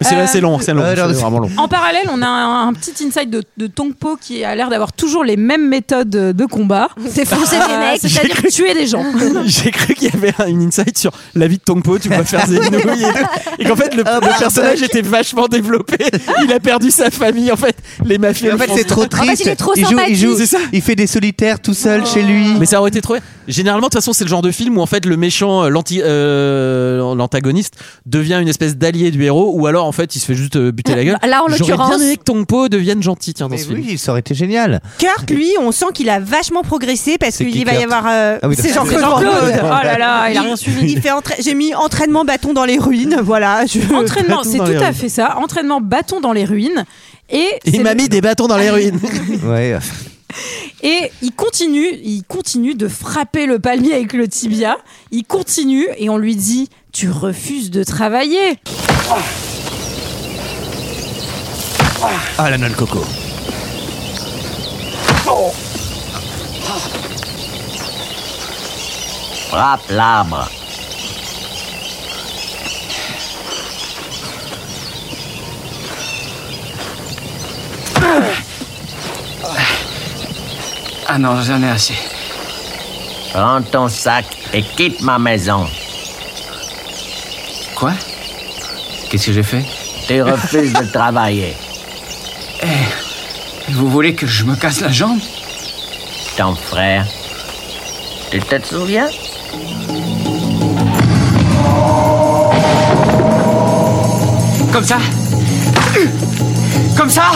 c'est vrai, c'est long, c'est long,
Ouais,
c'est
Ah non, c'est-
vraiment long.
En parallèle, on a un, un petit insight de, de Tongpo qui a l'air d'avoir toujours les mêmes méthodes de combat. Ah,
C'est foncer des mecs.
c'est-à-dire tuer des
[laughs]
gens.
J'ai cru qu'il y avait un- une insight sur la vie de Tongpo, tu vas faire Zenouille et tout. Et qu'en fait, le, le personnage était vachement développé. Il a perdu sa famille. En fait, les mafieux.
Mais en
le
fait,
font-
c'est trop triste. il joue, il joue- il fait des solitaires tout seul chez lui.
Mais ça aurait été trop. bien. Généralement, de toute façon, c'est le genre de film où en fait le méchant, euh, l'anti, euh, l'antagoniste devient une espèce d'allié du héros, ou alors en fait il se fait juste euh, buter la gueule.
Là, en
J'aurais
l'occurrence-
bien aimé que Tongpo devienne gentil, tiens, dans ce film.
Oui, ça aurait été génial.
Kirk, lui, on sent qu'il a vachement progressé parce
C'est
qu'il
qui,
va y
Kirk
avoir. euh,
Ah oui,
c'est
d'accord.
Jean-Claude.
C'est Jean-Claude.
Van Damme.
Oh là là, il a
Il-
rien
suivi.
il fait entra- J'ai mis entraînement bâton dans les ruines. Voilà. je-
Oh Entraînement, c'est tout à fait ça. Entraînement bâton dans les ruines. Et c'est
Il m'a
le-
mis des bâtons dans les ruines.
Ouais.
Et il continue, il continue de frapper le palmier avec le tibia. Il continue et on lui dit Tu refuses de travailler.
Ah, la nolle coco.
Frappe l'arbre.
Ah non, j'en ai assez.
Prends ton sac et quitte ma maison.
Quoi Qu'est-ce que j'ai fait
Tu refuses de travailler.
Vous voulez que je me casse la jambe
Ton frère. Tu te souviens
Comme ça Comme ça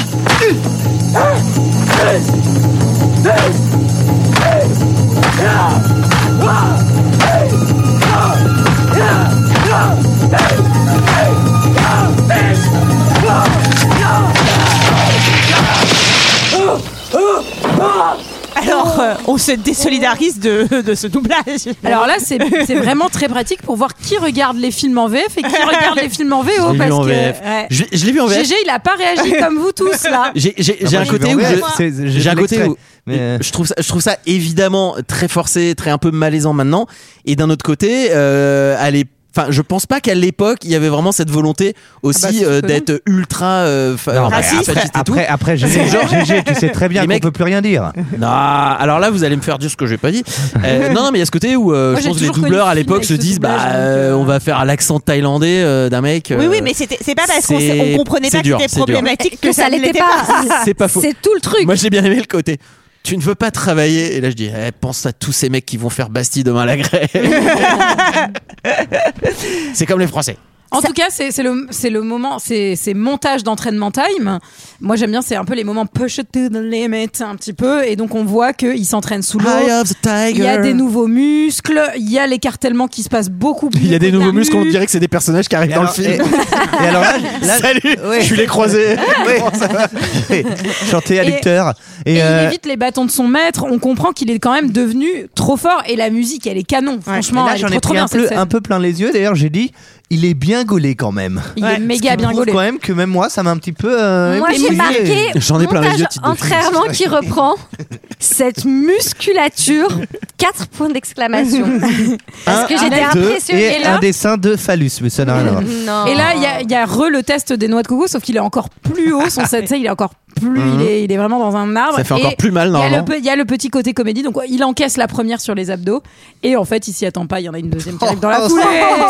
Alors, euh, on se désolidarise de, de ce doublage.
Alors là, c'est c'est vraiment très pratique pour voir qui regarde les films en VF et qui regarde les films en VO.
Je l'ai
parce
vu en
que,
VF.
ouais.
Je- je l'ai vu en VF.
GG, il a pas réagi comme vous tous là.
J'ai j'ai-
Ah,
j'ai
moi,
un
je l'ai
côté
vu en
où
VF,
je-
c'est- j'ai vu
j'ai un côté
l'extrait,
où
mais- euh,
je trouve ça je trouve ça évidemment très forcé, très un peu malaisant maintenant et d'un autre côté euh, à l'ép- Enfin, je pense pas qu'à l'époque il y avait vraiment cette volonté aussi
Ah bah, c'est
euh,
que non.
d'être ultra euh, fa-
Non, mais
raciste
après-
et tout.
après- après, [laughs] Gégé-
C'est genre-
Gégé, tu sais très bien
Les
qu'on
mecs-
peut plus rien dire.
Non, alors là vous allez me faire dire ce que j'ai pas dit. Euh, non, non, mais il y a ce côté où euh,
Moi,
je
j'ai
pense que les
toujours connu
doubleurs
le
à
film
l'époque
avec
se
ce
disent bah
doublage, donc,
euh, on va faire à l'accent thaïlandais euh, d'un mec.
Ah, Oui,
euh,
oui, mais c'était- c'est pas parce qu'on
c'est-
on comprenait
c'est
pas que
dur,
c'était
c'est dur.
problématique
Que
que
ça
ça ne
l'était
l'était
pas.
pas.
[laughs]
C'est pas faux.
C'est tout le truc.
Moi, j'ai bien aimé le côté. Tu ne veux pas travailler. Et là, je dis, eh, pense à tous ces mecs qui vont faire Bastille demain à la grève. c'est comme les Français.
En tout cas, c'est c'est le, c'est le moment, c'est c'est montage d'entraînement time. Moi, j'aime bien, c'est un peu les moments push it to the limit, un petit peu. Et donc, on voit qu'il s'entraîne sous l'eau.
Eye of the tiger.
Il y a des nouveaux muscles, il y a l'écartèlement qui se passe beaucoup plus.
Il y a des
vite que
nouveaux
la
muscles, on
rue.
dirait que c'est des personnages qui arrivent dans le film.
Et alors [laughs] là, là-
Salut,
ouais.
je les croisés.
[laughs] Ouais. Chanter à
Et-
l'acteur.
Et,
Et,
il
euh,
évite les bâtons de son maître. On comprend qu'il est quand même devenu trop fort. Et la musique, elle est canon. Franchement,
là,
elle
j'en
est
ai
trop, trop
pris
bien.
un peu,
cette scène.
un peu plein les yeux. D'ailleurs, j'ai dit, il est bien gaulé quand même.
Il est méga
Ce qui
bien
prouve
gaulé.
quand même que même moi, ça m'a un petit peu. euh,
Moi, j'ai
émoustillé.
marqué montage entraînement qui reprend cette musculature. 4 points d'exclamation. Parce que
Un,
j'étais
deux,
impressionnée
Et
là.
un dessin de phallus, mais ça n'a rien à voir.
Et là, il y a- il y, a re le test des noix de coco, sauf qu'il est encore plus haut. Son
[laughs]
set, ça, il est encore plus.
Mhm.
il, est, il est vraiment dans un arbre.
Ça fait
Et
encore plus mal,
il y a le
normalement.
pe- Il y, a le petit côté comédie. Donc, il encaisse la première sur les abdos. Et en fait, il s'y attend pas. Il y en a une deuxième qui arrive dans la
Oh,
foulée.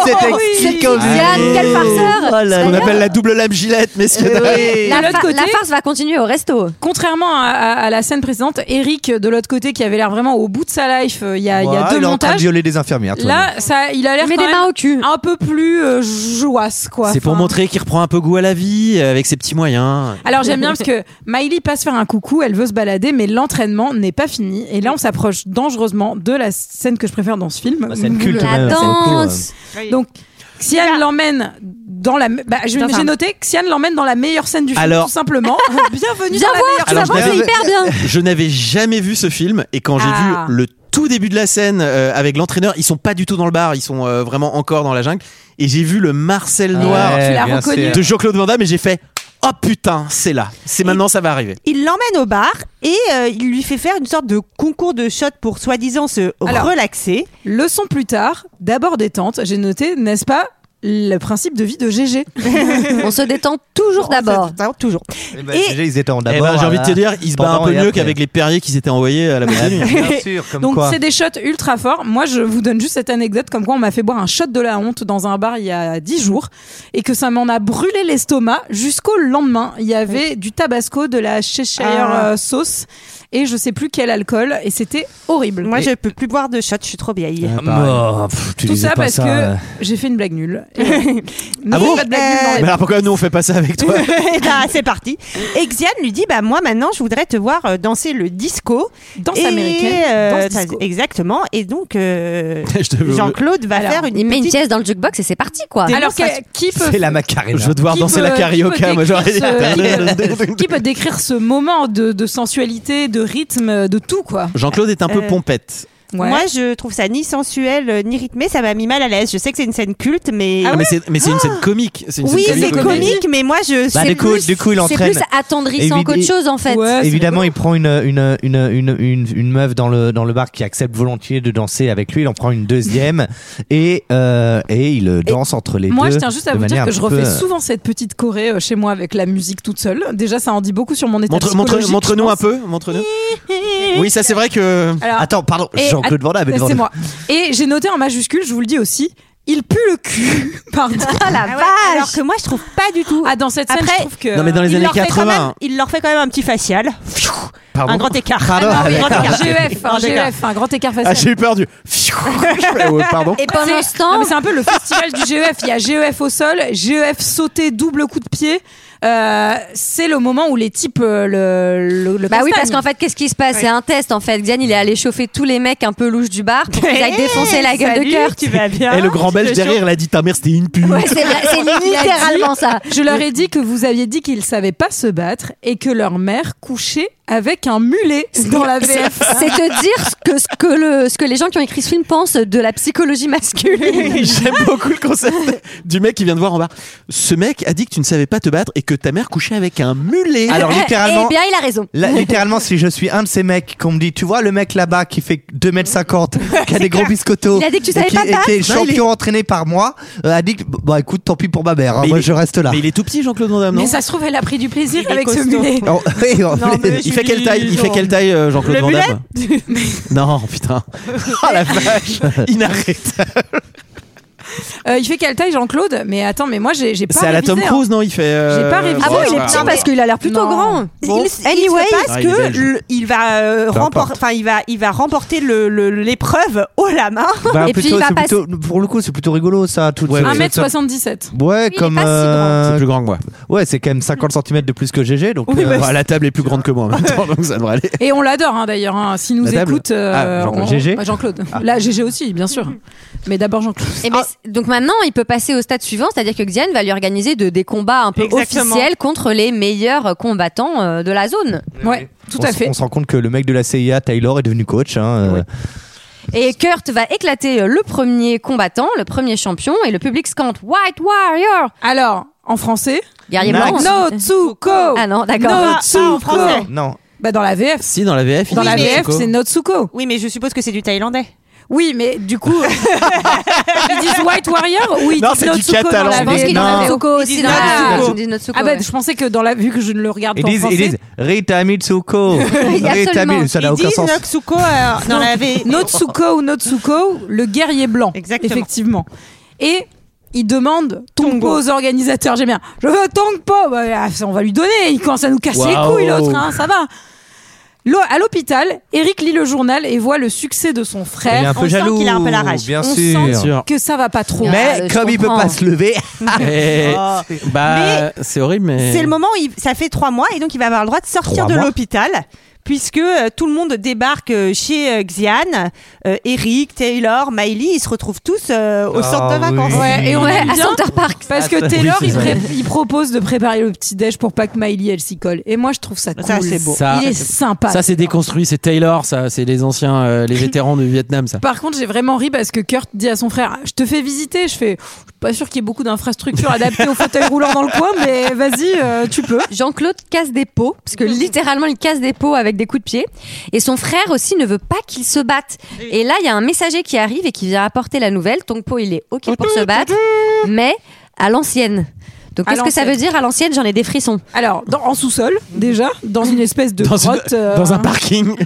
c'était
Oui.
exquis.
Diane, quel
Oh
farceur
Ce qu'on appelle la double lame gilette,
Eh
messieurs. dames.
La,
De l'autre
fa-
côté-
la farce va continuer au resto.
Contrairement à, à- à la scène précédente, Eric de l'autre côté qui avait l'air vraiment au bout de sa life, euh, il y a, il y a
Voilà,
deux
il est en train de
montages.
violer des infirmières. toi.
Là, ça, il a l'air quand même un peu plus euh, jouasse, quoi.
C'est pour
Enfin,
montrer qu'il reprend un peu goût à la vie euh, avec ses petits moyens.
Alors j'aime bien parce que Miley passe faire un coucou, elle veut se balader, mais l'entraînement n'est pas fini. Et là, on s'approche dangereusement de la scène que je préfère dans ce
Bah,
film.
scène culte,
La
même, la scène culte,
danse. Donc,
Ah.
Xian l'emmène dans la. me- Bah, je-
Dans un-
J'ai noté que Xian l'emmène dans la meilleure scène du film,
Alors-
tout
[laughs]
simplement. Bienvenue
Viens
dans la meilleure
voir, Alors,
scène.
c'est hyper bien.
Je n'avais jamais vu ce film et quand j'ai
Ah.
vu le
tout début de la scène euh, avec l'entraîneur, ils sont pas du tout dans le bar, ils sont euh, vraiment encore dans la jungle. Et j'ai vu le Marcel noir
tu l'as bien reconnu. sûr.
de Jean-Claude Van Damme et j'ai fait Oh putain, c'est là, c'est maintenant, ça va arriver.
Il l'emmène au bar et euh, il lui fait faire une sorte de concours de shots pour soi-disant se
Alors,
relaxer.
Leçon plus tard, d'abord détente, j'ai noté, n'est-ce pas le principe de vie de GG.
On se détend toujours
d'abord. Toujours.
Eh ben, déjà, ils étaient en
Eh ben,
d'abord.
j'ai envie de te dire, ils
il
se bat un peu mieux qu'avec les perriers qui s'étaient envoyés à la boîte de nuit.
Bien sûr, comme
Donc
quoi.
c'est des shots ultra forts. Moi je vous donne juste cette anecdote comme quoi on m'a fait boire un shot de la honte dans un bar il y a 10 jours et que ça m'en a brûlé l'estomac jusqu'au lendemain. Il y avait du tabasco, de la Cheshire
Ah.
euh, sauce et je sais plus quel alcool et c'était horrible.
Moi, je peux plus boire de shots, je suis trop vieille.
bah,
Ah, pareil. Oh, pff, tu
Tout
disais
ça
pas
parce
ça,
que
euh.
j'ai fait une blague
[laughs]
nulle. Et voilà.
Ah
Non,
bon
pas de blague nulle dans les
Mais
Euh,
alors pourquoi nous on fait pas ça avec toi
[laughs] Eh ben, c'est parti. Exiane lui dit bah moi maintenant je voudrais te voir euh, danser le disco.
Danse
Et, euh,
américaine, danse
ça-
disco.
Exactement. Et donc euh,
[laughs] Je te-
Jean-Claude va
Alors,
faire une.
Il met une pièce dans le jukebox et c'est parti quoi.
Alors
Démonstration.
que- qui peut
C'est la macarena.
Je veux devoir
Qui
danser la
peut- qui peut
carioca, moi j'aurais dit.
décrire
[laughs]
ce- Qui peut décrire ce moment de, de sensualité, de rythme, de tout quoi
Jean-Claude est un peu
Euh,
pompette.
Ouais.
Moi, je trouve ça ni sensuel euh, ni rythmé. Ça m'a mis mal à l'aise. Je sais que c'est une scène culte, mais
Ah, mais c'est- mais c'est une scène comique. c'est une
oui,
scène
c'est comique. Mais moi, je
Bah,
c'est
du coup-
plus-
du coup, il
C'est
entraîne.
plus attendrissant
Évidemment.
qu'autre chose en fait.
Ouais, Ah, c'est-
Évidemment, il prend une, une, une, une, une, une meuf dans le, dans le bar qui accepte volontiers de danser avec lui. Il en prend une deuxième et, euh, et il danse entre les
Moi,
deux.
je tiens juste à
de
vous dire
manière
que
un
je
petit
refais
peu, euh,
souvent cette petite Corée euh, chez moi avec la musique toute seule. Déjà, ça en dit beaucoup sur mon état
Montre, montre,
psychologique,
montre-nous
je
un
pense.
peu, montre-nous. Oui, ça c'est vrai que.
Alors,
Attends, pardon,
et-
Jean-Claude Van Damme est devant
C'est
nous.
moi. Et j'ai noté en majuscule, je vous le dis aussi, il pue le cul. [laughs] Pardon.
Ah la
Ah ouais.
vache Alors que moi, je trouve pas du tout.
Ah, dans cette scène,
Après-
je trouve que.
Non, mais dans les
il
années
leur fait quand
80.
même- Ah, il leur fait quand même un petit facial. Pfiou
Pardon
un grand écart.
Pardon.
un
Ah,
grand
d'accord.
écart.
GF, un
Grand écart.
GF, un grand écart
Ah,
facial.
j'ai eu peur
[laughs]
du. Je fais, ouais, Pardon.
Et pendant ce temps,
Non, mais c'est un peu le festival du GEF. Il y a GEF au sol, GEF sauté, double coup de pied. Euh, c'est le moment où les types euh, le, le, le
Bah oui,
castagnent.
parce qu'en fait, qu'est-ce qui se passe C'est un test en fait. Xian, il est allé chauffer tous les mecs un peu louches du bar pour qu'ils aillent défoncer la gueule
Salut,
de cœur.
Tu vas bien
Et le grand belge
Je te
derrière, il a dit ta mère c'était une pute.
[laughs]
Ouais, c'est vrai, c'est littéralement ça.
Je leur ai dit que vous aviez dit qu'ils savaient pas se battre et que leur mère couchait avec un mulet dans [laughs] la VF.
C'est te dire ce que, ce, que le, ce que les gens qui ont écrit ce film pensent de la psychologie masculine.
J'aime beaucoup le concept du mec qui vient de voir en bas. Ce mec a dit que tu ne savais pas te battre et que ta mère couchait avec un mulet.
Alors, littéralement.
Eh bien, il a raison. [laughs]
Là, littéralement, si je suis un de ces mecs qu'on me dit, tu vois, le mec là-bas qui fait
[laughs]
2m50, qui a des gros biscottos,
Il a dit que tu
et
savais
qui,
pas
et qui est
battre. Non, il est-
champion entraîné par moi, euh, a dit, que, bah écoute, tant pis pour ma mère, hein,
Mais il
moi
est-
je reste là.
Mais il est tout petit, Jean-Claude Van Damme, Ah, non
Mais ça se trouve, elle a pris du plaisir
Il est
avec ce
costaud.
mulet.
Oh, [laughs] oui, oh,
Non, mais
Il fait quelle taille Il fait quelle taille euh, Jean-Claude
Le
Van Damme [laughs] Non,
[laughs]
putain. Oh
[laughs]
la vache Inarrêtable
Euh, il fait quelle taille, Jean-Claude Mais attends, mais moi, j'ai j'ai pas.
C'est à la
révisé,
Tom
hein.
Cruise, non Il fait. euh, Ah,
J'ai pas révisé.
Ah bon,
ouais,
il est
voilà.
petit parce qu'il a l'air plutôt
Non.
grand.
Bon. Il, se-
Anyway.
il se passe
Ah, il est
que
belge.
le- il va euh,
Peu
remporter,
importe.
enfin il va, il va remporter le- le- l'épreuve haut la main.
Bah,
Et puis,
plutôt-
il va
c'est plutôt- pour le coup, c'est plutôt rigolo ça. Tout
Ouais,
ce-
1m77.
Ouais,
est
comme.
pas si grand.
euh,
C'est plus grand que moi.
ouais, c'est quand même 50 cm de plus que GG, donc.
Oui,
euh,
bah,
Enfin, la table est plus grande que moi en même temps, donc ça devrait aller.
Et on l'adore hein, d'ailleurs. Hein. S'il nous
La table
écoute,
Ah, Jean-
on-
GG.
Ah, Jean-Claude. Là, GG aussi, bien sûr. Mais d'abord Jean-Claude.
Et ben,
Ah.
c'est- donc maintenant, il peut passer au stade suivant, c'est-à-dire que Xian va lui organiser de, des combats un peu
Exactement.
officiels contre les meilleurs combattants euh, de la zone.
Ouais, tout
on
à
s-
fait.
On se rend compte que le mec de la CIA, Taylor, est devenu coach. Hein, euh,
Et Kurt va éclater euh, le premier combattant, le premier champion, et le public scante White Warrior,
Alors, en français
guerrier
Nice.
blanc.
No Tsuko
Ah non, d'accord.
No
Ah, ah, en français.
Tsuko
Non.
Bah dans la VF.
Si, dans la VF,
Dans
il
la
est
VF,
Jean-Claude.
c'est No Tsuko.
Oui, mais je suppose que c'est du thaïlandais.
Oui, mais du coup,
[laughs]
ils disent White Warrior ou ils
Non,
disent
c'est
No
du
Tsuko dans
catalan.
la
Je pense
VF
qu'il en
Non.
avait Oko aussi
Ils
dans
disent
la
Natsuko.
ils disent Natsuko,
Ah bah
ouais.
je pensais que dans la vu que je ne le regarde
Ils
pas en
disent,
français.
ils disent Rita Mitsuko. Rita
absolument.
Mi- ça n'a
Ils
aucun
disent
sens.
Notsuko [laughs] euh, dans la V.
[laughs] Notsuko ou Notsuko, le guerrier blanc.
Exactement.
Effectivement. Et il demande Tongpo aux organisateurs. J'aime bien. Je veux Tongpo. Bah, ah, ça, on va lui donner. Il commence à nous casser les
Waouh.
couilles, l'autre. hein, ça va. L'o- À l'hôpital, Eric lit le journal et voit le succès de son frère.
Il est un
on
peu
sent
jaloux.
qu'il a un peu la rage.
Bien
on
sûr.
sent que ça va pas trop.
Ah,
Mais
je
comme il peut
comprends.
pas se lever,
Et-
Oh.
Eh, Bah, c'est horrible, mais.
C'est le moment où il- ça fait trois mois et donc il va avoir le droit de sortir
Trois
de
mois
l'hôpital puisque euh, tout le monde débarque euh, chez euh, Xian, Euh, Eric, Taylor, Miley, ils se retrouvent tous euh, au
Ah
centre de
oui.
vacances.
Ouais, et on aime bien Parce que
Ah,
Taylor,
oui,
il,
c'est
pré-
vrai.
il propose de préparer le petit déj pour pas que Miley elle s'y colle. Et moi, je trouve ça cool.
Ça, c'est beau.
Ça-
il est sympa.
Ça, c'est déconstruit, c'est Taylor, ça, c'est les anciens,
[laughs]
euh, les vétérans du Vietnam, ça.
Par contre, j'ai vraiment ri parce que Kurt dit à son frère Je te fais visiter. Je fais Je suis pas sûr qu'il y ait beaucoup d'infrastructures adaptées aux
[laughs]
fauteuils roulants dans le coin, mais vas-y, euh, tu peux.
Jean-Claude casse des pots,
[laughs]
parce que littéralement il casse des pots avec des coups de pied. Et son frère aussi ne veut pas qu'ils se battent. Et là, il y a un messager qui arrive et qui vient apporter la nouvelle. Tongpo, il est OK pour se battre, mais à l'ancienne. Donc
À
qu'est-ce que ça
l'ancienne.
veut dire à l'ancienne J'en ai des frissons.
Alors, dans- en sous-sol, déjà, dans une espèce de
Dans, une-
grotte. euh,
dans
[laughs]
un parking.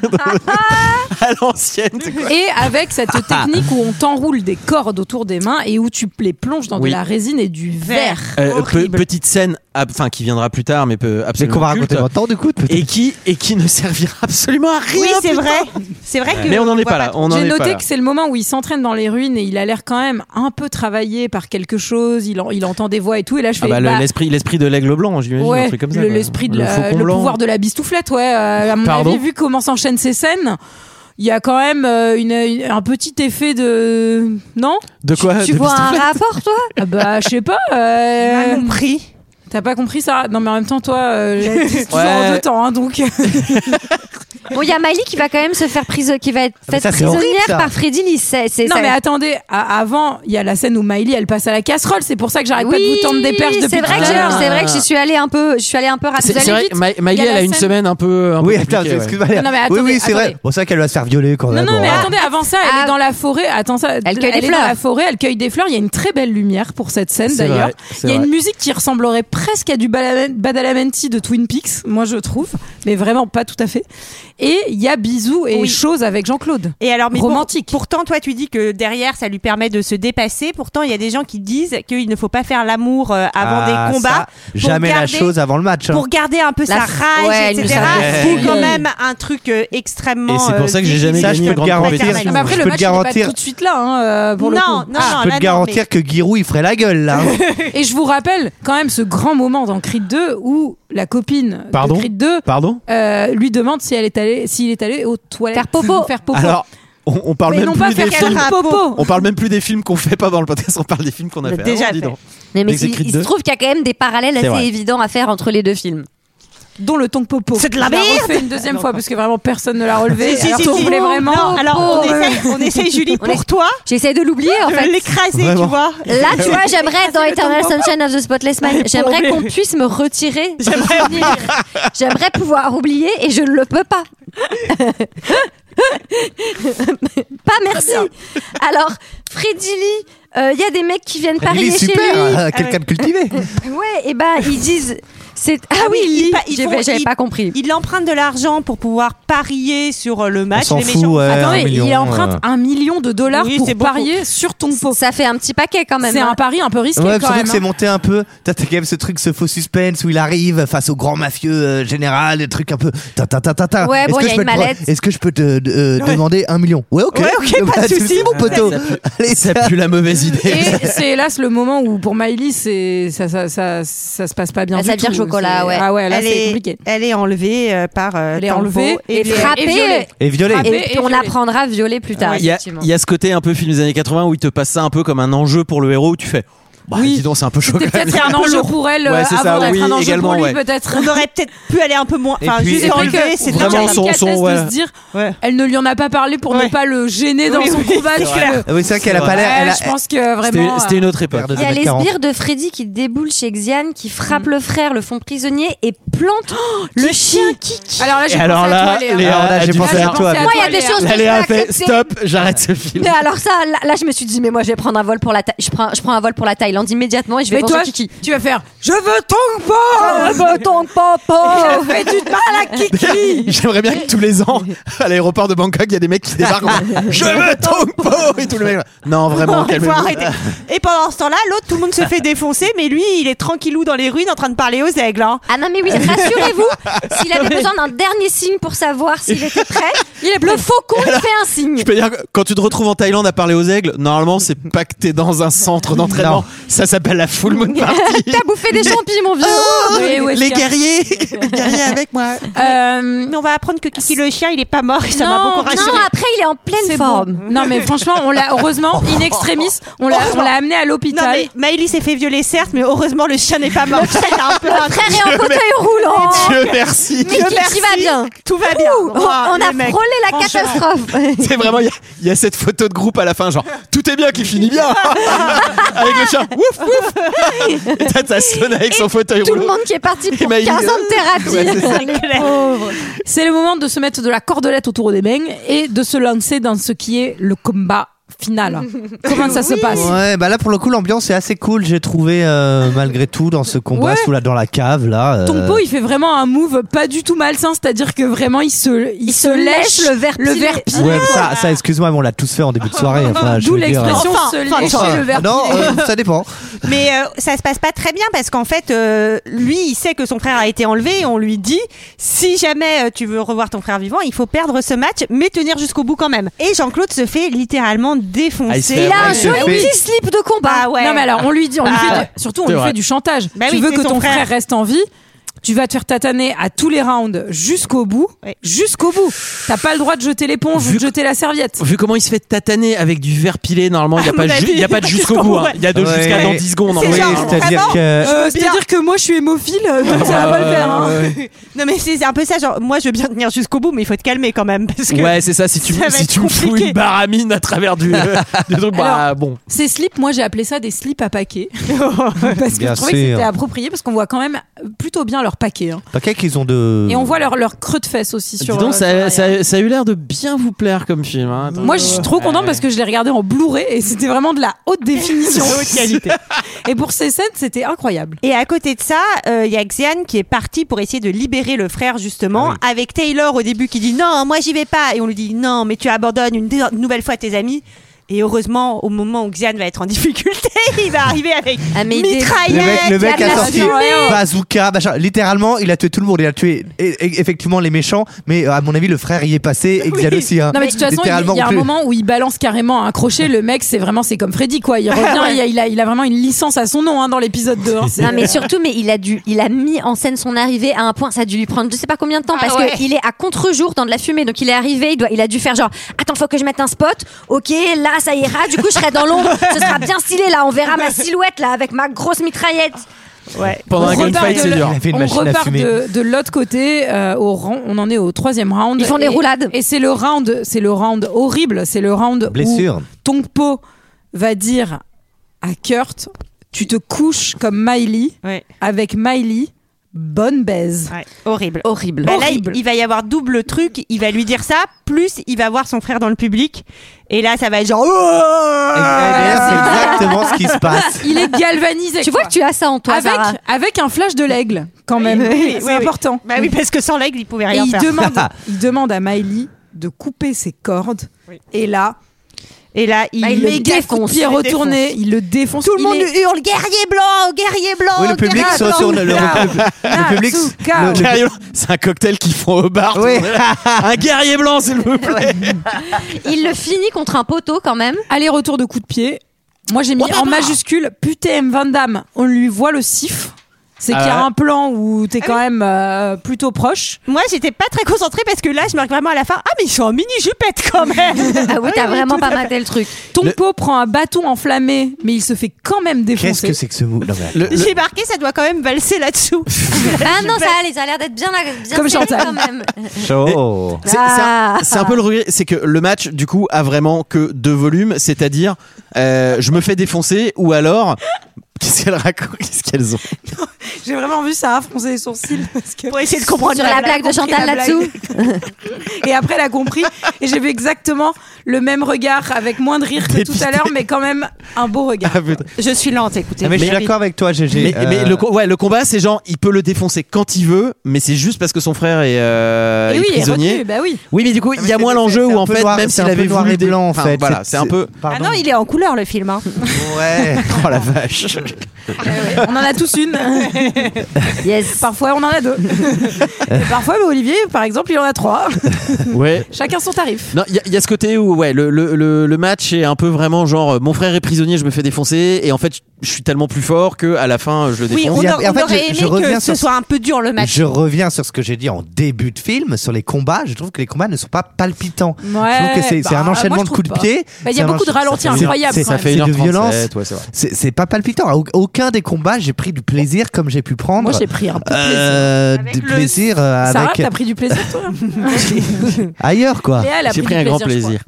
[laughs] à l'ancienne. c'est quoi
Et avec
[laughs]
cette technique où on t'enroule des cordes autour des mains et où tu les plonges dans
Oui.
de la résine et du verre.
Euh, pe- petite scène, ab- enfin qui viendra plus tard, mais peu, absolument.
qu'on va
culte.
raconter dans tant de coups,
et qui et qui ne servira absolument à rien.
Oui, c'est
putain.
vrai. Ah, C'est vrai que.
Mais on n'en est pas
voit
là, on n'en
J'ai
est pas
noté
là.
que c'est le moment où il s'entraîne dans les ruines et il a l'air quand même un peu travaillé par quelque chose. Il, en- il entend des voix et tout. Et là, je
Ah
fais.
bah, le-
bah,
l'esprit l'esprit de l'aigle blanc, j'imagine,
ouais,
un truc comme ça.
le-
quoi.
l'esprit de
le
la-
faucon
le
blanc.
pouvoir de la bistouflette, ouais. euh, à mon
Pardon
avis, vu comment s'enchaînent ces scènes, il y a quand même euh, une- une- un petit effet de. Non
De quoi
Tu,
De
vois un
bistouflette
rapport, toi Ah Bah, je sais pas. Euh... compris. T'as pas compris ça Non, mais en même temps, toi,
[laughs]
euh, j'ai toujours en
Ouais.
deux temps, hein, donc.
Bon, il y a Miley qui va quand même se faire prise, qui va être
Ah,
mais
faite
ça, c'est horrible,
prisonnière
ça.
par Freddy Lee. C'est- c'est-
[laughs] Non
ça-
mais attendez, a- avant il y a la scène où Miley elle passe à la casserole, c'est pour ça que j'arrête pas de vous tendre des perches
Oui,
depuis
c'est vrai, que
tout à l'heure.
j'ai- c'est vrai que je suis allée un peu, je suis allée un peu rapide.
C'est
Vous
c'est vrai,
allez
que
vite.
Ma- Maïli,
Il y a
elle
la
a une
scène-
semaine un peu. un peu
Oui,
compliquée,
attends,
ouais.
excuse-moi.
Non, mais attendez,
oui, oui, c'est
attendez.
vrai. Bon, c'est vrai qu'elle va se faire violer quand même.
Non, non, mais
hein.
attendez, avant ça, elle est dans la forêt. Attends, ça,
Elle cueille des
est dans
fleurs.
la forêt, elle cueille des fleurs. Il y a une très belle lumière pour cette scène
C'est
d'ailleurs.
vrai, c'est
Il y a une
vrai.
musique qui ressemblerait presque à du Bala- Badalamenti de Twin Peaks, moi je trouve, mais vraiment pas tout à fait. Et il y a bisous et
Oui.
choses avec Jean-Claude.
Et alors, mais pour-
romantique.
pourtant, toi, tu dis que derrière, ça lui permet de se dépasser. Pourtant, il y a des gens qui disent qu'il ne faut pas faire l'amour euh, avant
Ah,
des combats.
ça,
pour
jamais la
garder-
chose avant le match, hein.
Pour garder un peu
La
sa
f-
rage,
ouais,
etc.
une
C'est
fougue.
quand même un truc euh, extrêmement.
Et c'est pour ça que j'ai
euh,
jamais
Ça, je peux
gagné une
te
grande
garantir.
compétition.
Mais après, Je le peux te match, il est pas garantir- tout de
suite là, hein, euh, pour le
non,
coup.
Non,
Ah,
non,
je peux te
là, non,
garantir
mais-
que Giroud il ferait la gueule là. hein.
Et je vous rappelle quand même ce grand moment dans Creed 2 où la copine
Pardon
de Creed 2
[laughs] Pardon
euh, lui demande si elle est allée, s'il est allé aux toilettes faire popo. Faire popo.
Alors, on, on parle
Mais
même
non
plus
pas
des
faire
films.
un popo.
On parle même plus des films qu'on fait pas dans le podcast. On parle des films qu'on a fait.
Déjà
avant, dis
fait.
donc.
Mais, mais
Les
il,
écrits
il
de-
se trouve qu'il y a quand même des parallèles
C'est
assez
vrai.
évidents à faire entre les deux films.
dont le ton popo.
C'est de la
Je la refais
merde
une deuxième fois parce que vraiment personne ne l'a relevé.
Si, si,
alors
si,
si,
si.
vraiment.
Non, alors, on
Oh, [laughs]
essaye-
ouais.
on essaye, Julie,
On
pour
essaye.
toi.
J'essaie de l'oublier
[laughs]
en
de
fait.
l'écraser, tu vois.
Là, tu vois, j'aimerais être dans
Écraser le
Eternal
tambour.
Sunshine of the Spotless Mind,
Mais
j'aimerais
pour-
qu'on puisse me retirer. ce souvenir. J'aimerais pouvoir oublier et je ne le peux pas. pas merci. Alors, Freddy Lee, euh, il y a des mecs qui viennent
Freddy Lee,
parier chez
super,
lui.
euh, quelqu'un de cultivé.
Ouais, et bah ils disent c'est ah, oui,
ils
Lee,
pa- ils font-
J'avais- j'avais
ils-
pas compris.
Il emprunte de l'argent pour pouvoir parier sur euh, le match.
s'en
les
fout,
méchants.
ouais, un
Attendez, il
million,
emprunte
euh.
un million de dollars
Oui,
pour
c'est beaucoup.
parier sur ton pot.
Ça fait un petit paquet quand même.
C'est
hein.
un pari un peu risqué
Ouais,
quand
surtout
même.
que c'est
hein.
monté un peu. T'as t'as quand même ce truc, ce faux suspense où il arrive face au grand mafieux euh, général, des trucs un peu. ta, ta, ta, ta, ta.
Ouais,
Est-ce
bon,
que
il y a
je peux
une
te-
mallette.
Est-ce que je peux te te, euh, demander un million Ouais, ok. Bah,
Ouais,
[laughs]
ok, pas de souci.
mon poteau.
Ah, ça pue- ça pue la mauvaise idée.
Et c'est hélas le moment où pour Miley c'est ça ça, ça ça se passe pas bien
Ah,
du
ça
tout.
devient chocolat,
C'est-
ouais.
Ah ouais, là
Elle
c'est
est-
compliqué.
Elle est enlevée euh, par. euh,
Elle est
Tambo
enlevée
et
et
violée.
frappée.
Et
violée.
Et violée.
Et,
Frappée
puis
et
on
violée.
apprendra à violer plus tard.
Il y a-
effectivement.
il y a ce côté un peu film des années 80 où il te passe ça un peu comme un enjeu pour le héros où tu fais. Bah, dis donc, c'est un peu choquant.
C'était peut-être un enjeu pour elle euh,
Ouais, c'est
avant
ça,
d'être
oui,
un enjeu
également,
pour lui
ouais.
peut-être.
On aurait peut-être pu aller un peu moins.
Et
Enfin,
puis-
juste
Et puis
enlever,
que-
c'est
vraiment
dommage.
son- son-
Délicatesse
ouais.
de se dire, elle ne lui en a pas parlé pour ne pas le gêner dans
Oui,
son
oui,
combat.
c'est
tu
clair.
vois.
Ah oui, c'est vrai qu'elle a pas l'air.
Ouais,
elle a-
je pense que vraiment. euh,
C'était c'était une
euh,
autre époque.
Il y a les sbires de Freddy qui déboulent chez Xian, qui frappent le frère, le font prisonnier et plantent le chien Mm. Oh, Kiki.
Alors là,
Et alors là, Léa,
Ah, là,
a
j'ai
dû
pensé à
faire-
toi.
Moi, il y a des choses
La
que je
Léa a
peux
fait
accepter.
stop, j'arrête ce film.
[laughs] Mais alors ça, là, là, je me suis dit, mais moi, je vais prendre un vol pour la, Tha- je prends, je prends un vol pour la Thaïlande immédiatement et je vais
Mais
manger
toi,
Kiki.
tu vas
[laughs]
faire Oh, Je veux ton pot
Je veux ton popo.
Fais du mal à Kiki
J'aimerais bien que tous les ans, à l'aéroport de Bangkok, il y a des mecs qui débarquent. en- Je veux Tongpo et tout le mec. Non, vraiment,
Il
calmez-vous.
faut arrêter. Et pendant ce temps-là, l'autre, tout le
[laughs]
monde se fait défoncer, mais lui, il est tranquillou dans les ruines en train de parler aux aigles. hein.
[laughs] Ah non, mais oui, rassurez-vous, s'il avait besoin d'un dernier signe pour savoir s'il était [laughs] prêt, le faucon il fait un signe.
Je peux dire que quand tu te retrouves en Thaïlande à parler aux aigles, normalement c'est pas que t'es dans un centre d'entraînement,
Non.
Ça s'appelle la full moon
[laughs]
party.
T'as bouffé des champis, mon vieux.
Oh,
Oui, Wesker.
les guerriers, guerriers avec moi.
Euh,
Mais on va apprendre que Kiki le chien, il est pas mort et ça m'a
Non,
beaucoup rassuré.
non, après, il est en pleine forme.
Non, mais franchement, on l'a heureusement in extremis, on l'a on l'a amené à l'hôpital.
Non, mais Maëlys s'est fait violer, certes, mais heureusement, le chien n'est pas
[laughs]
mort. Ça, t'as un peu un
Frère
truc.
est en fauteuil roulant.
Dieu merci.
Mais
Dieu
qui- qui
merci.
va bien.
Tout va bien.
Ouh, on
Ouah,
on a
les mecs, [laughs]
frôlé la
franchement.
catastrophe.
C'est vraiment, il y a- il y, a cette photo de groupe à la fin, genre tout est bien qui finit bien avec le chat. Ouf ouf. Et t'as ta Sloane avec son fauteuil
Tout le
roulant.
monde qui est parti pour
Emmaüs.
15 ans de
Ouais, c'est ça.
thérapie. Les pauvres.
C'est le moment de se mettre de la cordelette autour des beignes et de se lancer dans ce qui est le combat
[laughs]
final. Comment ça se passe
Ouais, bah là pour le coup l'ambiance est assez cool, j'ai trouvé euh, malgré tout dans ce combat
Ouais.
sous la dans la cave là. euh,
Ton pot, il fait vraiment un move pas du tout malsain, c'est-à-dire que vraiment il se, il se
lèche
lèche
le verre
le
pilé.
verre pilé.
Ouais, mais ça, ça excuse-moi, mais on l'a tous fait en début de soirée. Enfin, Ah, je
D'où
veux dire,
l'expression
Enfin,
se
enfin,
lécher
enfin,
le verre
non,
pilé.
euh, ça dépend.
Mais euh, ça se passe pas très bien parce qu'en fait, euh, lui, il sait que son frère a été enlevé et on lui dit si jamais euh, tu veux revoir ton frère vivant, il faut perdre ce match, mais tenir jusqu'au bout quand même. Et Jean-Claude se fait littéralement
Ah, il se
défoncer.
fait-
Il a un
Ouais, c'est
joli
fait.
petit slip de combat.
Ah ouais.
Non mais alors on lui dit, on lui
Ah
fait du-
ouais.
surtout on
C'est
lui
vrai.
fait du chantage.
Bah
tu
oui,
veux
c'est
que
son
ton frère.
frère.
reste en vie, tu vas te faire tataner à tous les rounds jusqu'au bout,
Ouais.
jusqu'au bout. T'as pas le droit de jeter l'éponge
Vu
ou de jeter la serviette.
Vu comment il se fait tataner avec du verre pilé, normalement
[laughs]
il n'y a,
À
pas
mon
ju-
avis,
il y a pas de jusqu'au
jusqu'au
bout.
bout,
hein. Il y a de
ouais.
jusqu'à dans
Ouais.
10 secondes.
C'est
Oui,
normalement.
genre,
c'est-à-dire
vraiment,
que
Euh,
veux bien.
C'est-à-dire que moi je suis hémophile, euh, donc
Ah
ça va pas le faire. hein.
Non, mais c'est un peu ça, genre, moi je veux bien tenir jusqu'au bout, mais il faut te calmer quand même. Parce que
Ouais, c'est ça. Si tu,
ça va
si
être
tu me fous
compliqué.
une baramine à travers
[laughs]
du, du truc, bah
Alors,
bon.
Ces slips, moi j'ai appelé ça des slips à
[laughs]
paquets. parce que
Bien
je trouvais que c'était
sûr.
approprié parce qu'on voit quand même plutôt bien leurs paquets. hein.
Pas qu'ils ont de.
Et on voit leur, leur creux de fesses aussi sur.
Euh. Dis donc,
euh,
ça,
sur l'arrière.
ça- ça a eu l'air de bien vous plaire comme film. hein. Attends.
Moi je suis trop contente parce que je l'ai regardé en Blu-ray et c'était vraiment de la haute [laughs] définition. et pour ces scènes, c'était incroyable.
Et à côté de ça, euh, il y a Xian qui est parti pour essayer de libérer le frère
Ah
justement, avec Taylor au début qui dit non, moi j'y vais pas, et on lui dit non, mais tu abandonnes une dé- nouvelle fois tes amis. Et heureusement, au moment où Xian va être en [laughs] difficulté, il va arriver avec
Ah, mais il est-
mitraillette.
Le mec, le mec
il
a
la
sorti
fumée.
bazooka, machin. Littéralement, il a tué tout le monde. Il a tué et- et- effectivement les méchants, mais euh, à mon avis, le frère y est passé et Xian aussi. hein.
Non mais de toute façon, il y a-
Littéralement,
il y a
on
un
peut-
moment où il balance carrément un crochet. Le mec, c'est vraiment c'est comme Freddy quoi. [laughs] Il revient, il, a, il a- il a vraiment une licence à son nom hein, dans l'épisode [laughs] 2. hein. C'est-
Non mais surtout mais il a dû il a mis en scène son arrivée à un point ça a dû lui prendre je sais pas combien de temps parce que il est à contre-jour dans de la fumée donc il est arrivé il doit il a dû faire genre attends faut que je mette un spot OK là ça ira du coup je serai dans l'ombre ce sera bien stylé là on verra ma silhouette là avec ma grosse mitraillette
Ouais.
Pendant
On
un
repart
gunfight,
de
c'est
la-
dur.
Il a fait une
on
machine à
repart
fumer.
de, de l'autre côté euh, au rang. On en est au troisième round.
Ils font des
Et-
roulades.
Et c'est le round, c'est le round horrible. C'est le round
Blessure.
où Tongpo va dire à Kurt, tu te couches comme Miley
Ouais.
avec Miley, bonne baise.
Ouais. Horrible.
horrible
Bah là, il il va y avoir double truc. Il va lui dire ça, plus il va voir son frère dans le public. Et là, ça va être genre. Ah,
Et
euh,
Ah,
d'ailleurs, c'est exactement ce qui se passe.
Il est
[laughs]
galvanisé.
tu vois
quoi.
que tu as ça en toi Sarah.
avec avec un flash de l'aigle quand même.
oui,
c'est
oui, oui.
important.
Bah oui, parce que sans l'aigle, il pouvait
Et
rien
il
faire.
demande,
[laughs]
il demande à Miley de couper ses cordes. Et là,
Et là, il.
Bah,
il
le
méga coup de
défonce.
pied
Il le
retourné, il le défonce.
Tout le
Il
monde
est-
hurle guerrier blanc, guerrier blanc.
Oui, le public
guerrier
se
blanc.
retourne. Le, Oh le- le public.
Ah, Bazooka.
le- le-
Guerrier blanc, C'est un cocktail qu'ils font au bar.
Oui.
tout le monde est là. Un guerrier blanc, s'il vous plaît.
il le finit contre un poteau quand même
Aller-retour de coups de pied. Moi, j'ai mis en majuscule putain Van Damme. On lui voit le sif. C'est qu'il y
Ah
a
ouais.
un plan où t'es
Ah
quand même euh, plutôt proche.
Moi, j'étais pas très concentrée parce que là, je marque vraiment à la fin. Ah, mais ils sont en mini jupette quand même.
ah oui t'as vraiment pas maté le truc
Tompo prend un bâton enflammé, mais il se fait quand même
Qu'est-ce
défoncer.
que c'est que ce mot Non, mais-
Le- le-
J'ai marqué, ça doit quand même valser là-dessous.
ah non ça allait ça a l'air d'être bien bien
Comme
serré
Chantal.
quand même
C'est c'est un,
Ah.
c'est un peu le regret, c'est que le match du coup a vraiment que deux volumes, c'est-à-dire euh, je me fais défoncer ou alors qu'est-ce qu'elles racontent, qu'est-ce qu'elles ont.
J'ai vraiment vu ça froncer les sourcils parce que
Pour essayer de comprendre
sur la blague de Chantal
la blague.
là-dessous
[laughs] et après elle a compris et j'ai vu exactement le même regard avec moins de rire que tout à l'heure, mais quand même un beau regard.
Ah, putain. Ah,
Je suis lente, écoutez.
Non, mais je suis d'accord avec toi, GG.
mais, mais
Euh,
le, co- ouais, le combat, c'est genre il peut le défoncer quand il veut, mais c'est juste parce que son frère est, euh,
Et
est
oui, il est
prisonnier.
retenu, bah oui.
Oui, mais du coup, il y
c'est-
a moins
c'est-
l'enjeu
c'est
où
un
en
peu
fait,
noir-
même
c'est
s'il
un peu
avait
noir
voulu
et
dé-
blanc, en
Enfin,
fait.
Voilà, c'est un peu.
Ah
Pardon.
non, il est en couleur le film. hein.
[laughs]
Ouais.
Oh la vache.
On en a tous une.
yes
Parfois, on en
[laughs]
a deux. Et parfois, bah, Olivier, par exemple, il en a trois.
Ouais.
Chacun son tarif.
Non, il y, a- il y a ce côté où ouais, le, le, le, le match est un peu vraiment genre euh, mon frère est prisonnier, je me fais défoncer, et en fait,
je suis tellement plus fort que à la fin je le défonce.
Oui, on,
Et
a-
en fait,
on aurait
je-
aimé
je reviens
que ce
sur ce-
soit un peu dur le match.
Je reviens sur ce que j'ai dit en début de film sur les combats. Je trouve que les combats ne sont pas palpitants.
Ouais,
je trouve que c'est c'est
bah,
un
moi,
enchaînement
je
de
trouve
coups de
pas.
pied.
Bah, il y a
C'est un
beaucoup de
encha-
ralentis
c'est de-
incroyables,
c'est-
quand même.
C'est de
1h37,
violence.
ouais, c'est vrai.
C'est c'est pas palpitant. À au- Aucun des combats, j'ai pris du plaisir comme j'ai pu prendre.
Moi, j'ai pris un peu de
euh, du plaisir euh,
Sarah,
avec
t'as pris du plaisir toi
[laughs] ailleurs quoi.
Léa, elle a J'ai pris pris du un grand plaisir, je plaisir.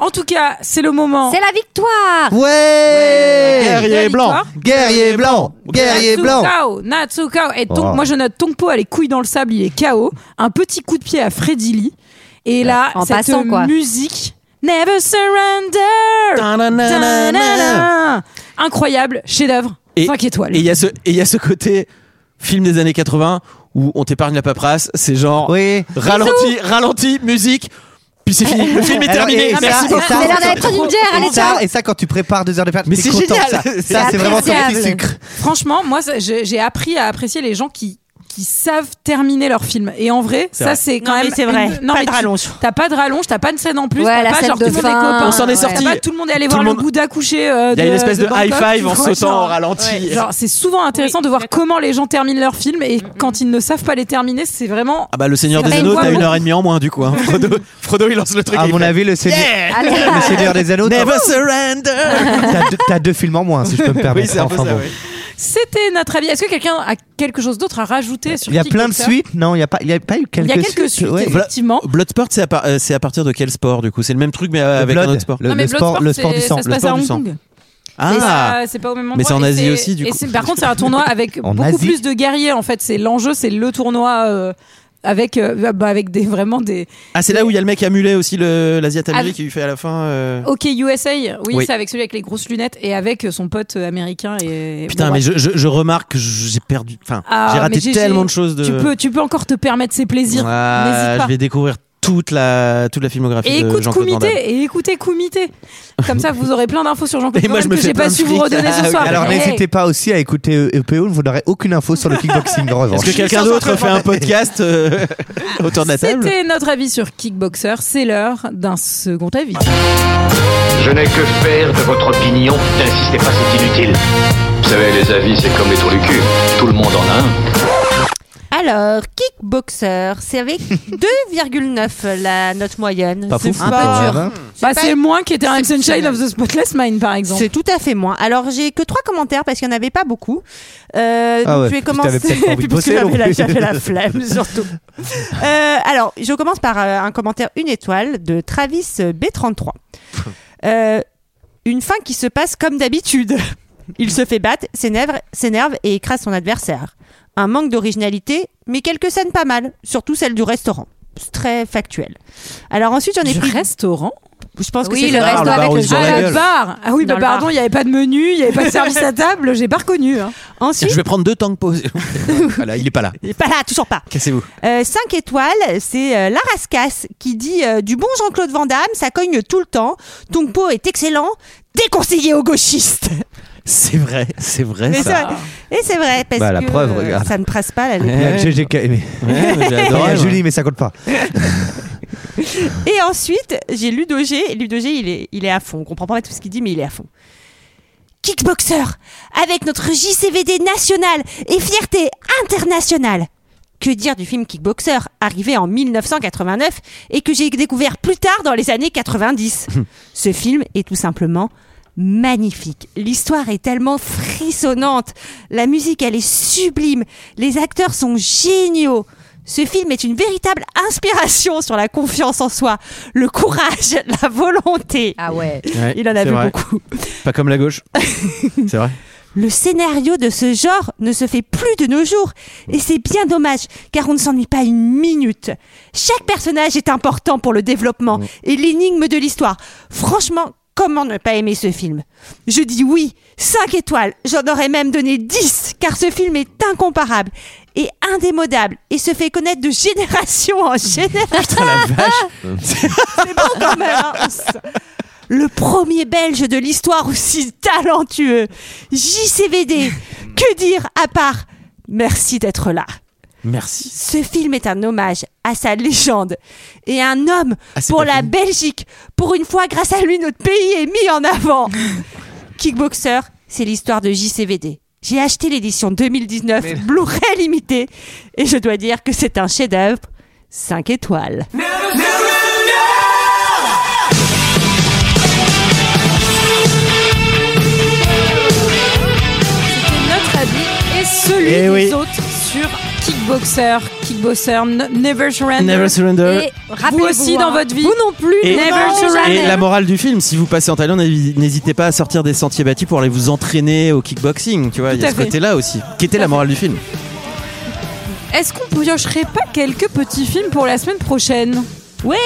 En tout cas, c'est le moment.
C'est la victoire
Ouais
Guerrier blanc.
Guerrier blanc Guerrier
Natsu
blanc
KO, Natsu KO. Et donc,
Oh.
moi, je note Tongpo a les couilles dans le sable, il est KO. Un petit coup de pied à Freddy Lee. Et là,
En
cette
passant, quoi.
musique. Never surrender Ta-na-na-na. Incroyable, chef-d'œuvre.
Et-
5 étoiles.
Et il y a ce et il y a ce côté film des années 80 où on t'épargne la paperasse, c'est genre
oui.
ralenti, ralenti, musique, puis c'est fini, le film est
Alors,
terminé.
et ça,
Merci
et
beaucoup.
ça,
Ça a l'air d'être une bière,
et
allez,
ça,
ciao.
Et ça, quand tu prépares deux heures de perte,
Mais
t'es
c'est
content,
génial.
ça. Ça,
C'est
c'est vraiment ton petit
appréciable.
sucre.
Franchement, moi, ça, je- j'ai appris à apprécier les gens qui qui savent terminer leur film et en vrai
C'est
ça
vrai.
c'est quand
Non, mais
même
c'est vrai. Pas de
tu-
rallonge.
t'as pas de rallonge t'as pas de scène en plus
Ouais,
t'as
la
pas
scène
genre
de
tout le monde est
fin,
copain
On s'en est
t'as
sorti.
pas- tout le monde est allé
Tout
voir
le
le
monde-
Bouddha couché euh,
Il y a
de-
une espèce de
Bangkok,
high-five
tu
en
vois,
sautant
genre-
en ralenti.
Ouais, genre c'est souvent intéressant de voir comment les gens terminent leur film et quand ils ne savent pas les terminer c'est vraiment
Ah bah le Seigneur des
Mais
Anneaux,
moi,
t'as
moi-
une heure et demie en moins du coup. hein. Frodo, [laughs] Frodo, il lance le truc.
À
et il
mon
fait,
avis, le Seigneur,
Allez,
le Seigneur des Anneaux, t'as
Never surrender.
t'as deux, t'as deux films en moins, si je peux me
oui,
permettre.
c'est un peu
Enfin
ça.
bon.
ouais.
c'était notre avis est-ce que quelqu'un a quelque chose d'autre à rajouter sur
Il y a plein de
Kickboxer
suites, non Il n'y a, pas- il y a pas eu
il
quelques
y a quelques suites
ouais.
effectivement
Bloodsport, c'est à, par- euh, c'est à partir de quel sport du coup C'est le même truc mais
Le
euh, avec
Blood,
un autre sport.
le-
Non, mais
sport-
Bloodsport,
le sport
c'est-
du sang.
Ça se
Le
passe
sport
à
du
Hong
sang.
Kong. Mais
Ah
ça, c'est pas au même endroit.
Mais c'est en
et
Asie
c'est-
aussi, du
et
coup.
c'est- Par contre, c'est un tournoi
[laughs]
avec
En
beaucoup
Asie.
plus de guerriers. En fait, c'est l'enjeu, c'est le tournoi euh, avec, euh, bah, avec des, vraiment des.
Ah, c'est là où il y a le mec à mulet aussi, le- l'Asiat à
Ah.
mulet
Avec-
qui lui fait à la fin.
Oh,
euh,
Ok USA, oui,
Oui.
c'est avec celui avec les grosses lunettes et avec son pote euh, américain. Et... bon,
Putain,
bah,
mais
ouais.
je, je- je remarque que j'ai perdu. Enfin,
Ah, mais
j'ai raté tellement de choses. De...
Tu peux, tu peux encore te permettre ces plaisirs.
Ah,
N'hésite pas.
je vais découvrir toute la, toute la filmographie
Et
de
écoute
Jean-Claude Van
Kumite,
Damme.
et écoutez Kumite. Comme ça, vous aurez plein d'infos sur Jean-Claude
[laughs] Et moi,
Van
je
Damme
me
que
fais
j'ai
plein
pas
de
su vous
fric.
redonner
Ah,
ce
ok.
soir. Eh,
Alors
Hey.
n'hésitez pas aussi à écouter E EPO, vous n'aurez aucune info sur le kickboxing en revanche.
Est-ce que quelqu'un d'autre fait un podcast euh, [laughs] autour de la table
C'était notre avis sur Kickboxer. C'est l'heure d'un second avis.
Je n'ai que faire de votre opinion. N'insistez pas, c'est inutile.
Vous savez, les avis, c'est comme les trous du cul. Tout le monde en a un.
Alors, kickboxer,
[laughs]
c'est avec 2,9 la note moyenne.
Pas
C'est
fou,
un
quand
peu
même,
dur.
hein.
Bah,
pas
c'est moins qu'était un Sunshine
exceptionnel.
of the Spotless Mind, par exemple.
C'est tout à fait moins. Alors j'ai que trois commentaires parce qu'il n'y en avait pas beaucoup. Euh,
Ah
donc,
ouais,
je
puis t'avais
vais commencer.
peut-être
[laughs]
pas envie
Puis
de
parce que
bosser,
j'avais
non
la,
plus.
j'avais la flemme [laughs] surtout. Euh, alors je commence par euh, un commentaire une étoile de Travis euh, B33.
[laughs]
Euh, une fin qui se passe comme d'habitude. [laughs] Il se fait battre, s'énerve, s'énerve et écrase son adversaire. Un manque d'originalité, mais quelques scènes pas mal, surtout celle du restaurant. C'est très factuel. Alors ensuite j'en ai
Du
pris.
restaurant
Je pense que
Oui,
c'est
le
bar,
resto
le bar
avec
où
le
ils ont
Ah,
la
le
gueule.
bar Ah oui, bah
Dans le bar.
pardon, il n'y avait pas de menu, il n'y avait pas de service à table, j'ai pas reconnu. hein.
Tiens,
Ensuite,
Je vais prendre deux temps de pause. voilà, il est pas là.
il est pas là, toujours pas.
Cassez-vous.
5 étoiles, c'est euh, la Rascasse qui dit euh, du bon Jean-Claude Van Damme, ça cogne tout le temps. Tongpo est excellent, déconseillé aux gauchistes.
C'est vrai, c'est vrai
Mais
ça.
ça- et c'est vrai parce
Bah, la
que
preuve,
euh,
regarde.
ça ne presse pas la
Il y a GGK aimé.
Ouais, mais j'ai
Il
adoré,
y
[laughs]
a
moi.
Julie, mais ça compte pas.
Et ensuite, j'ai Ludogé. Ludogé, il est, il est à fond. On comprend pas tout ce qu'il dit, mais il est à fond. Kickboxer, avec notre JCVD national et fierté internationale. Que dire du film Kickboxer, arrivé en 1989 et que j'ai découvert plus tard dans les
[laughs]
années 90 Ce film est tout simplement magnifique. L'histoire est tellement frissonnante. La musique, elle est sublime. Les acteurs sont géniaux. Ce film est une véritable inspiration sur la confiance en soi, le courage, [laughs] la volonté.
Ah ouais.
Ouais,
Il en a
c'est
vu
vrai.
beaucoup.
Pas comme la
[laughs]
gauche. c'est vrai.
Le scénario de ce genre ne se fait plus de nos jours. Et c'est bien dommage, car on ne s'ennuie pas une minute. Chaque personnage est important pour le développement et l'énigme de l'histoire. Franchement, comment ne pas aimer ce film Je dis oui, 5 étoiles, j'en aurais même donné 10, car ce film est incomparable et indémodable et se fait connaître de génération en génération. [laughs] C'est bon quand même, hein, on s- Le premier belge de l'histoire aussi talentueux. JCVD,
Hmm.
que dire à part Merci d'être là.
Merci.
Ce film est un hommage à sa légende et un homme
Ah, c'est
pour
pas
la
fini. [laughs]
Belgique. Pour une fois, grâce à lui, notre pays est mis en avant. Kickboxer, c'est l'histoire de JCVD. J'ai acheté l'édition 2019 Blu-ray limité et je dois dire que c'est un chef-d'œuvre 5 étoiles.
notre avis et celui
Eh
des
oui.
autres sur Kickboxer, Kickboxer, N- Never Surrender.
Never Surrender.
Et vous aussi dans
hein,
votre vie. hein. Vous non plus. Never Surrender.
et la morale du film, si vous passez en Thaïlande, n'hé- n'hésitez pas à sortir des sentiers battus pour aller vous entraîner au kickboxing. Tu vois, il y
Tout à
a ce
fait.
côté-là aussi, qui était la morale du film.
Est-ce qu'on piocherait pas quelques petits films pour la semaine prochaine oui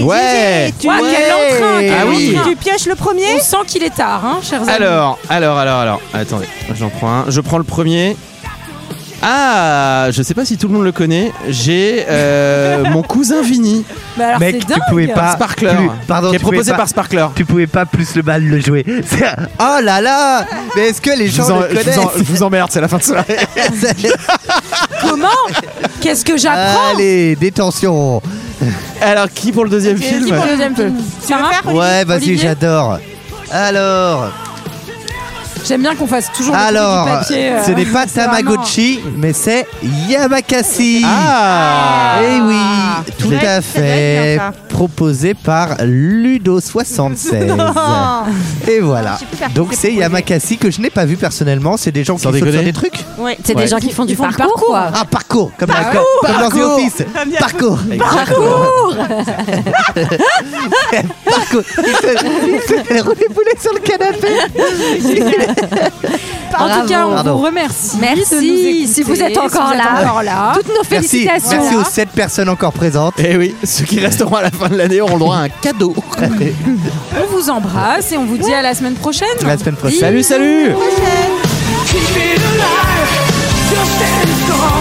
Ouais.
tu vois
Ouais.
quel entrain, quel
Ah oui.
entrain. Tu pioches le premier On sent qu'il est tard, hein, chers amis.
Alors, alors, alors, alors, attendez, j'en prends un. Je prends le premier. Ah, je sais pas si tout le monde le connaît. J'ai euh, mon cousin Vini.
Mais Bah, alors,
Ah, Mec, tu pouvais pas.
Sparkler.
plus- pardon,
qui est
tu pouvais
proposé
pas-
par Sparkler.
Tu pouvais pas plus le mal le jouer. [laughs] C'est- Oh là là Mais est-ce que les
Je
gens
vous, en-
le
je vous
connaissent
en- je vous emmerde, c'est la fin de soirée.
[laughs]
Comment Qu'est-ce que j'apprends
Allez, détention
Alors, qui pour le deuxième
Qui pour le deuxième film Sarah
Ouais, vas-y,
Olivier
j'adore. Alors,
J'aime bien qu'on fasse toujours le
alors,
truc du papier. euh,
ce n'est pas
c'est vraiment-
Tamagotchi, mais c'est Yamakasi.
Ah
Eh oui, tout
Ouais,
à
ça doit être
fait.
bien, ça.
Proposé par
[laughs]
Ludo76. Et
Ah,
voilà.
J'ai pu faire
Donc
pousser
c'est Yamakasi que je n'ai pas vu personnellement. C'est des gens qui
Sans
sautent sur
déconner.
des trucs.
Ouais.
C'est des
Ouais.
gens qui font du
font le
parcours, quoi.
Ah parcours, comme,
Parcours,
dans- comme dans The
parcours.
Office. Parcours.
Parcours
Parcours. [laughs] Il se, il se fait rouler poulet sur le canapé.
En tout cas, on
Pardon.
vous remercie. de
Merci,
nous écouter,
si vous êtes encore
si vous êtes
là.
encore là.
Toutes nos
Merci,
félicitations.
merci aux 7 personnes encore présentes.
Eh oui, ceux qui resteront à la fin de l'année auront le droit à un
[laughs]
cadeau.
On vous embrasse et on vous dit à la semaine prochaine.
la semaine prochaine.
salut, salut
Keep it alive, just stand strong.